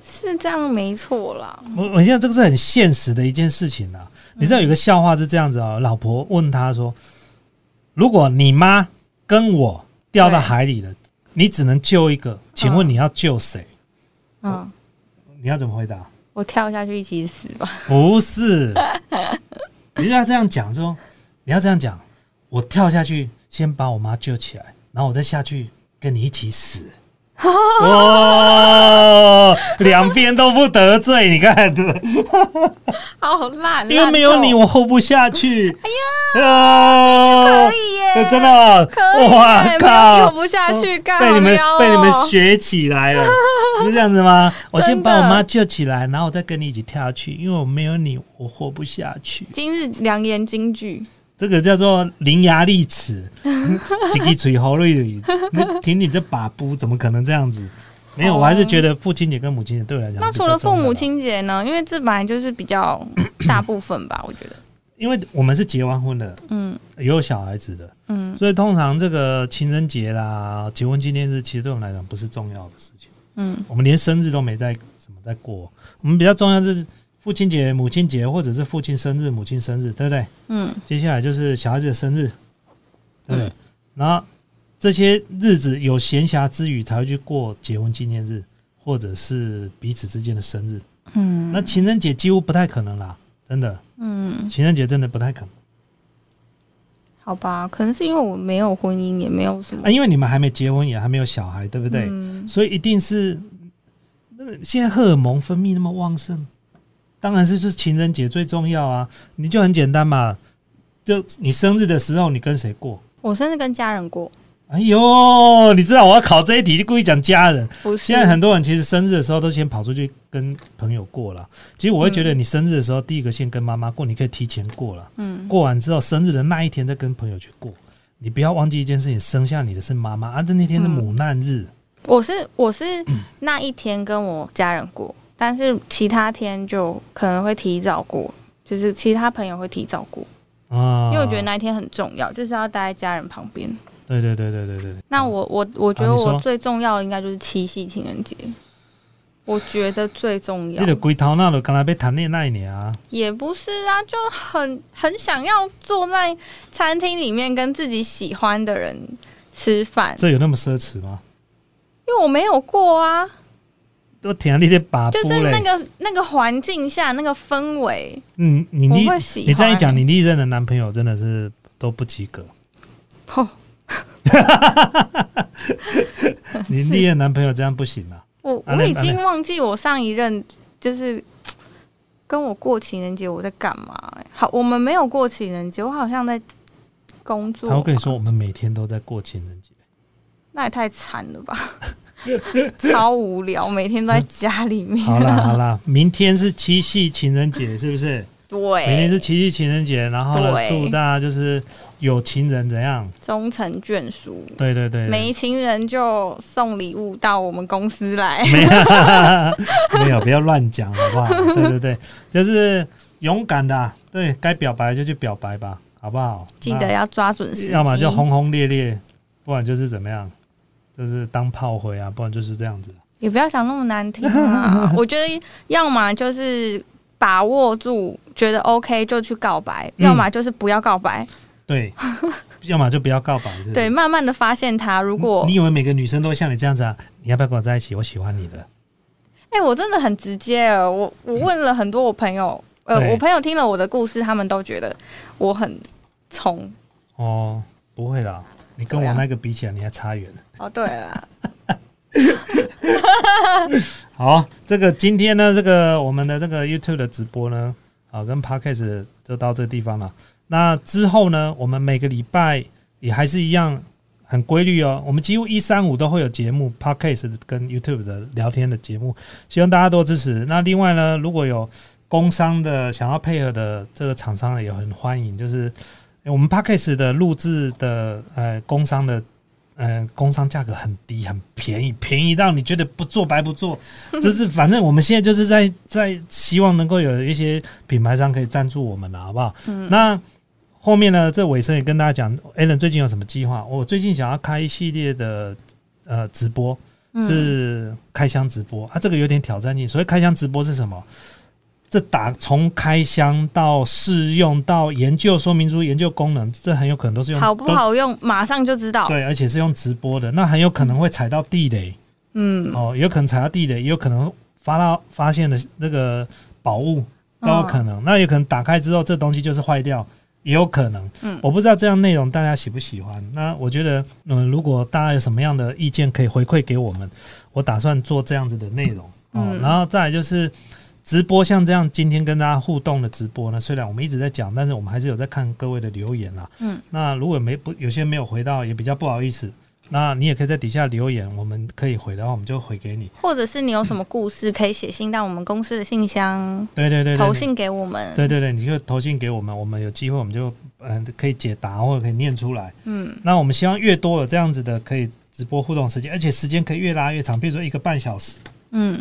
Speaker 2: 是这样没错啦。
Speaker 1: 我我现在这个是很现实的一件事情啊。你知道有个笑话是这样子啊、老婆问他说：“如果你妈跟我掉到海里了，你只能救一个，请问
Speaker 2: 嗯
Speaker 1: 你要救谁？
Speaker 2: 嗯，
Speaker 1: 你要怎么回答
Speaker 2: 我跳下去一起死吧。？”
Speaker 1: 不是，你要这样讲说，你要这样讲，我跳下去先把我妈救起来，然后我再下去跟你一起死。哦，两边都不得罪，你看。
Speaker 2: [LAUGHS] 好烂，
Speaker 1: 因为没有你，
Speaker 2: 我
Speaker 1: 我活不下去。哎呀，
Speaker 2: 可以耶，
Speaker 1: 真的哦，
Speaker 2: 可以耶，
Speaker 1: 哇
Speaker 2: 没有你
Speaker 1: 靠
Speaker 2: 活！不下去，干
Speaker 1: 被你们
Speaker 2: 好撩哦 [LAUGHS]
Speaker 1: 被你们学起来了，是这样子吗？我先
Speaker 2: 真的
Speaker 1: 把我妈救起来，然后我再跟你一起跳下去，因为我没有你，我活不下去。
Speaker 2: 今日良言金句，
Speaker 1: 这个叫做伶牙俐齿， [LAUGHS] 几滴嘴喉里，你听你这把布，怎么可能这样子？没有，
Speaker 2: 哦
Speaker 1: 我还是觉得父亲节跟母亲节对我来讲，
Speaker 2: 那除了父母，亲节呢？因为这本来就是
Speaker 1: [COUGHS]
Speaker 2: 比较大部分吧，我觉得。
Speaker 1: 因为我们是结完婚的，
Speaker 2: 嗯
Speaker 1: 也有小孩子的，
Speaker 2: 嗯
Speaker 1: 所以通常这个情人节啦、结婚纪念日，其实对我们来讲不是重要的事情。
Speaker 2: 嗯
Speaker 1: 我们连生日都没在怎么在过，我们比较重要就是父亲节、母亲节，或者是父亲生日、母亲生日，对不对？
Speaker 2: 嗯
Speaker 1: 接下来就是小孩子的生日，对不对？
Speaker 2: 嗯
Speaker 1: 然后这些日子有闲暇之余才会去过结婚纪念日，或者是彼此之间的生日。
Speaker 2: 嗯
Speaker 1: 那情人节几乎不太可能啦，真的，
Speaker 2: 嗯，
Speaker 1: 情人节真的不太可能。
Speaker 2: 好吧，可能是因为我没有婚姻，也没有什么
Speaker 1: 啊，，因为你们还没结婚，也还没有小孩，对不对？
Speaker 2: 嗯
Speaker 1: 所以一定是那个现在荷尔蒙分泌那么旺盛，当然是就是情人节最重要啊。你就很简单嘛，就你生日的时候你跟谁过？
Speaker 2: 我甚至跟家人过，
Speaker 1: 哎呦，你知道我要考这一题就故意讲家人。
Speaker 2: 不是
Speaker 1: 现在很多人其实生日的时候都先跑出去跟朋友过了。其实我会觉得你生日的时候，第一个先跟妈妈过，你可以提前过了。
Speaker 2: 嗯
Speaker 1: 过完之后，生日的那一天再跟朋友去过。你不要忘记一件事情，生下你的是妈妈啊，这那
Speaker 2: 嗯
Speaker 1: 天是母难日。
Speaker 2: 我是我是那一天跟我家人过，但是其他天就可能会提早过，就是其他朋友会提早过，
Speaker 1: 啊，
Speaker 2: 因为我觉得那一天很重要，就是要待在家人旁边。
Speaker 1: 对对对对对对对。
Speaker 2: 那我我我觉得
Speaker 1: 啊你说
Speaker 2: 我最重要的应该就是七夕情人节，我觉得最重要
Speaker 1: 你的龟头那都刚才被谈恋爱你啊，
Speaker 2: 也不是啊，就很很想要坐在餐厅里面跟自己喜欢的人吃饭，
Speaker 1: 这有那么奢侈吗？
Speaker 2: 因为我没有过啊，
Speaker 1: 都舔你的把布
Speaker 2: 就是那
Speaker 1: 嘞。
Speaker 2: 个那个环境下那个氛围，
Speaker 1: 嗯，你你
Speaker 2: 我会喜欢
Speaker 1: 你这样一讲，你历任的男朋友真的是都不及
Speaker 2: [LAUGHS]
Speaker 1: 格。
Speaker 2: 哦，
Speaker 1: 你历任男朋友这样不行啊。
Speaker 2: 我
Speaker 1: 啊
Speaker 2: 我
Speaker 1: 那
Speaker 2: 已经忘记我上一任就是跟我过情人节我在干嘛、欸好，我们没有过情人节，我好像在工作
Speaker 1: 他
Speaker 2: 吧。
Speaker 1: 会跟你说，我们每天都在过情
Speaker 2: [LAUGHS]
Speaker 1: 人节。
Speaker 2: 那也太惨了吧，超无聊，每天都在家里面。
Speaker 1: 好啦好啦，明天是七夕情人节，是不是？明天是
Speaker 2: [LAUGHS] 对，
Speaker 1: 七夕情人节，然后呢
Speaker 2: 对
Speaker 1: 祝大家就是有情人怎样？
Speaker 2: 终成眷属。
Speaker 1: 对对对，
Speaker 2: 没情人就送礼物到我们公司来。
Speaker 1: 没 [LAUGHS] 有，
Speaker 2: [LAUGHS]
Speaker 1: 没有，不要乱讲好不好？对对对，就是勇敢的啊、对该表白就去表白吧，好不好？
Speaker 2: 记得要抓准时
Speaker 1: 那
Speaker 2: 机，
Speaker 1: 要么就轰轰烈烈，不然就是怎么样，就是当炮灰啊，不然就是这样子。
Speaker 2: 也不要想那么难听啊。 [LAUGHS] 我觉得，要么就是把握住，觉得 OK 就去告白；，
Speaker 1: 嗯
Speaker 2: 要么就是不要告白。 [LAUGHS]
Speaker 1: 对，要么就不要告白。是不是
Speaker 2: 对，，慢慢的发现他。如果
Speaker 1: 你以为每个女生都会像你这样子啊？你要不要跟我在一起？我喜欢你的。
Speaker 2: 哎、我真的很直接哦。我我问了很多我朋友，呃，
Speaker 1: 对
Speaker 2: 我朋友听了我的故事，他们都觉得我很冲。
Speaker 1: 哦，不会啦，你跟
Speaker 2: 对
Speaker 1: 我
Speaker 2: 啊
Speaker 1: 那个比起来，你还差远了。
Speaker 2: 哦，对了，
Speaker 1: 好，这个今天呢，这个我们的这个 YouTube 的直播呢，啊，跟 Podcast 就到这个地方了。那之后呢，我们每个礼拜也还是一样很规律哦。我们几乎一三五都会有节目，Podcast 跟 YouTube 的聊天的节目，希望大家多支持。那另外呢，如果有工商的想要配合的这个厂商呢，也很欢迎，就是哎我们 Podcast 的录制的呃工商的。嗯、工商价格很低，很便宜，便宜到你觉得不做白不做，
Speaker 2: [LAUGHS]
Speaker 1: 就是反正我们现在就是在在希望能够有一些品牌商可以赞助我们了，好不好？
Speaker 2: 嗯，
Speaker 1: 那后面呢，这尾声也跟大家讲，Allen 最近有什么计划？我最近想要开一系列的呃直播，
Speaker 2: 嗯
Speaker 1: 是开箱直播，啊，这个有点挑战性。所谓开箱直播是什么？这打从开箱到试用到研究说明书、研究功能，这很有可能都是
Speaker 2: 嗯
Speaker 1: 用
Speaker 2: 好不
Speaker 1: 都
Speaker 2: 好用，马上就知道。
Speaker 1: 对，而且是用直播的，那很有可能会踩到地雷。
Speaker 2: 嗯，
Speaker 1: 哦，有可能踩到地雷，也有可能发到发现的那个宝
Speaker 2: 嗯
Speaker 1: 物都有可能。那有可能打开之后，这东西就是坏掉，也有可能。
Speaker 2: 嗯
Speaker 1: 我不知道这样内容大家喜不喜欢。那我觉得，嗯、如果大家有什么样的意见可以回馈给我们，我打算做这样子的内容。哦，
Speaker 2: 嗯
Speaker 1: 然后再来就是。直播像这样，今天跟大家互动的直播呢，虽然我们一直在讲，但是我们还是有在看各位的留言啦。
Speaker 2: 嗯，
Speaker 1: 那如果没不有些没有回到，也比较不好意思。那你也可以在底下留言，我们可以回，然后我们就回给你。
Speaker 2: 或者是你有什么故事，可以写信到我们公司的信箱，
Speaker 1: 对对对对，
Speaker 2: 投
Speaker 1: 你
Speaker 2: 信给我们。
Speaker 1: 对对对，你就投信给我们，我们有机会我们就嗯、可以解答或者可以念出来。
Speaker 2: 嗯，
Speaker 1: 那我们希望越多有这样子的可以直播互动时间，而且时间可以越拉越长，比如说一个半小时。
Speaker 2: 嗯，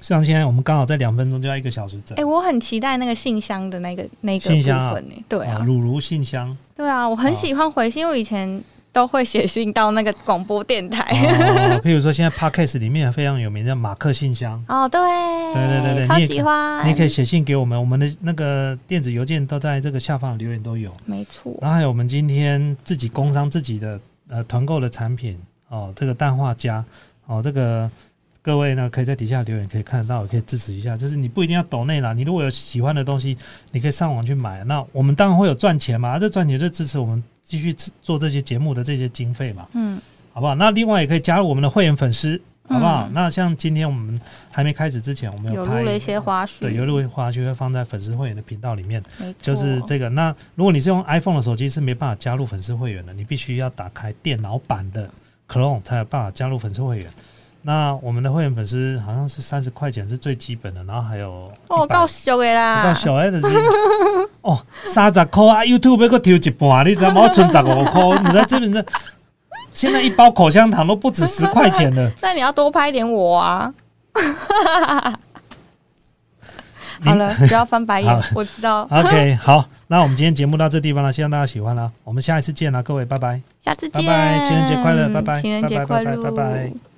Speaker 1: 像现在我们刚好在两分钟就要一个小时整
Speaker 2: 哎、。我很期待那个信箱的那个那个
Speaker 1: 信
Speaker 2: 部
Speaker 1: 箱啊
Speaker 2: 分呢、对啊，
Speaker 1: 乳如信
Speaker 2: [LAUGHS]
Speaker 1: 箱，
Speaker 2: 对啊，我很喜欢回信，因为我以前都会写信到那个广播电台。
Speaker 1: 哦，譬如说现在 podcast 里面非常有名的马克信箱，
Speaker 2: [LAUGHS] 哦，对，
Speaker 1: 对对对对
Speaker 2: 超
Speaker 1: 你也可以
Speaker 2: 喜欢，
Speaker 1: 你也可以写信给我们，我们的那个电子邮件都在这个下方留言都有。
Speaker 2: 没错，
Speaker 1: 然后还有我们今天自己工商自己的呃团购的产品哦，这个氮化镓哦，这个各位呢可以在底下留言可以看得到，也可以支持一下。就是你不一定要抖内啦，你如果有喜欢的东西，你可以上网去买。那我们当然会有赚钱嘛，啊这赚钱就支持我们继续做这些节目的这些经费嘛，
Speaker 2: 嗯，
Speaker 1: 好不好？那另外也可以加入我们的会员粉丝。好不好？
Speaker 2: 嗯
Speaker 1: 那像今天我们还没开始之前，我们
Speaker 2: 有
Speaker 1: 拍
Speaker 2: 录了一些花絮，
Speaker 1: 对，有录花絮会放在粉丝会员的频道里面。
Speaker 2: 没错，
Speaker 1: 就是这个。那如果你是用 iPhone 的手机，是没办法加入粉丝会员的，你必须要打开电脑版的 Chrome 才有办法加入粉丝会员。那我们的会员粉丝好像是三十块钱是最基本的，然后还有
Speaker 2: 哦，告
Speaker 1: 诉
Speaker 2: 诉的
Speaker 1: 告
Speaker 2: 啦，
Speaker 1: 小 A
Speaker 2: [LAUGHS]
Speaker 1: 的是哦，三十块啊，YouTube 要给我丢一半，你知道吗？我存十五块，你知道基本
Speaker 2: [LAUGHS]
Speaker 1: 上现在一包口香糖都不止十块钱了。
Speaker 2: 那你要多拍点我啊。
Speaker 1: [LAUGHS] 你
Speaker 2: 好了，不要翻白眼
Speaker 1: [LAUGHS] 好，
Speaker 2: 我知道，
Speaker 1: OK，好，那我们今天节目到这地方了，希望大家喜欢啦。我们下一次见啦，各位，拜拜。
Speaker 2: 下次
Speaker 1: 拜
Speaker 2: 见，
Speaker 1: 拜情人节快乐拜拜
Speaker 2: 情人
Speaker 1: 拜
Speaker 2: 节
Speaker 1: 拜
Speaker 2: 快
Speaker 1: 拜拜
Speaker 2: 乐，
Speaker 1: 拜拜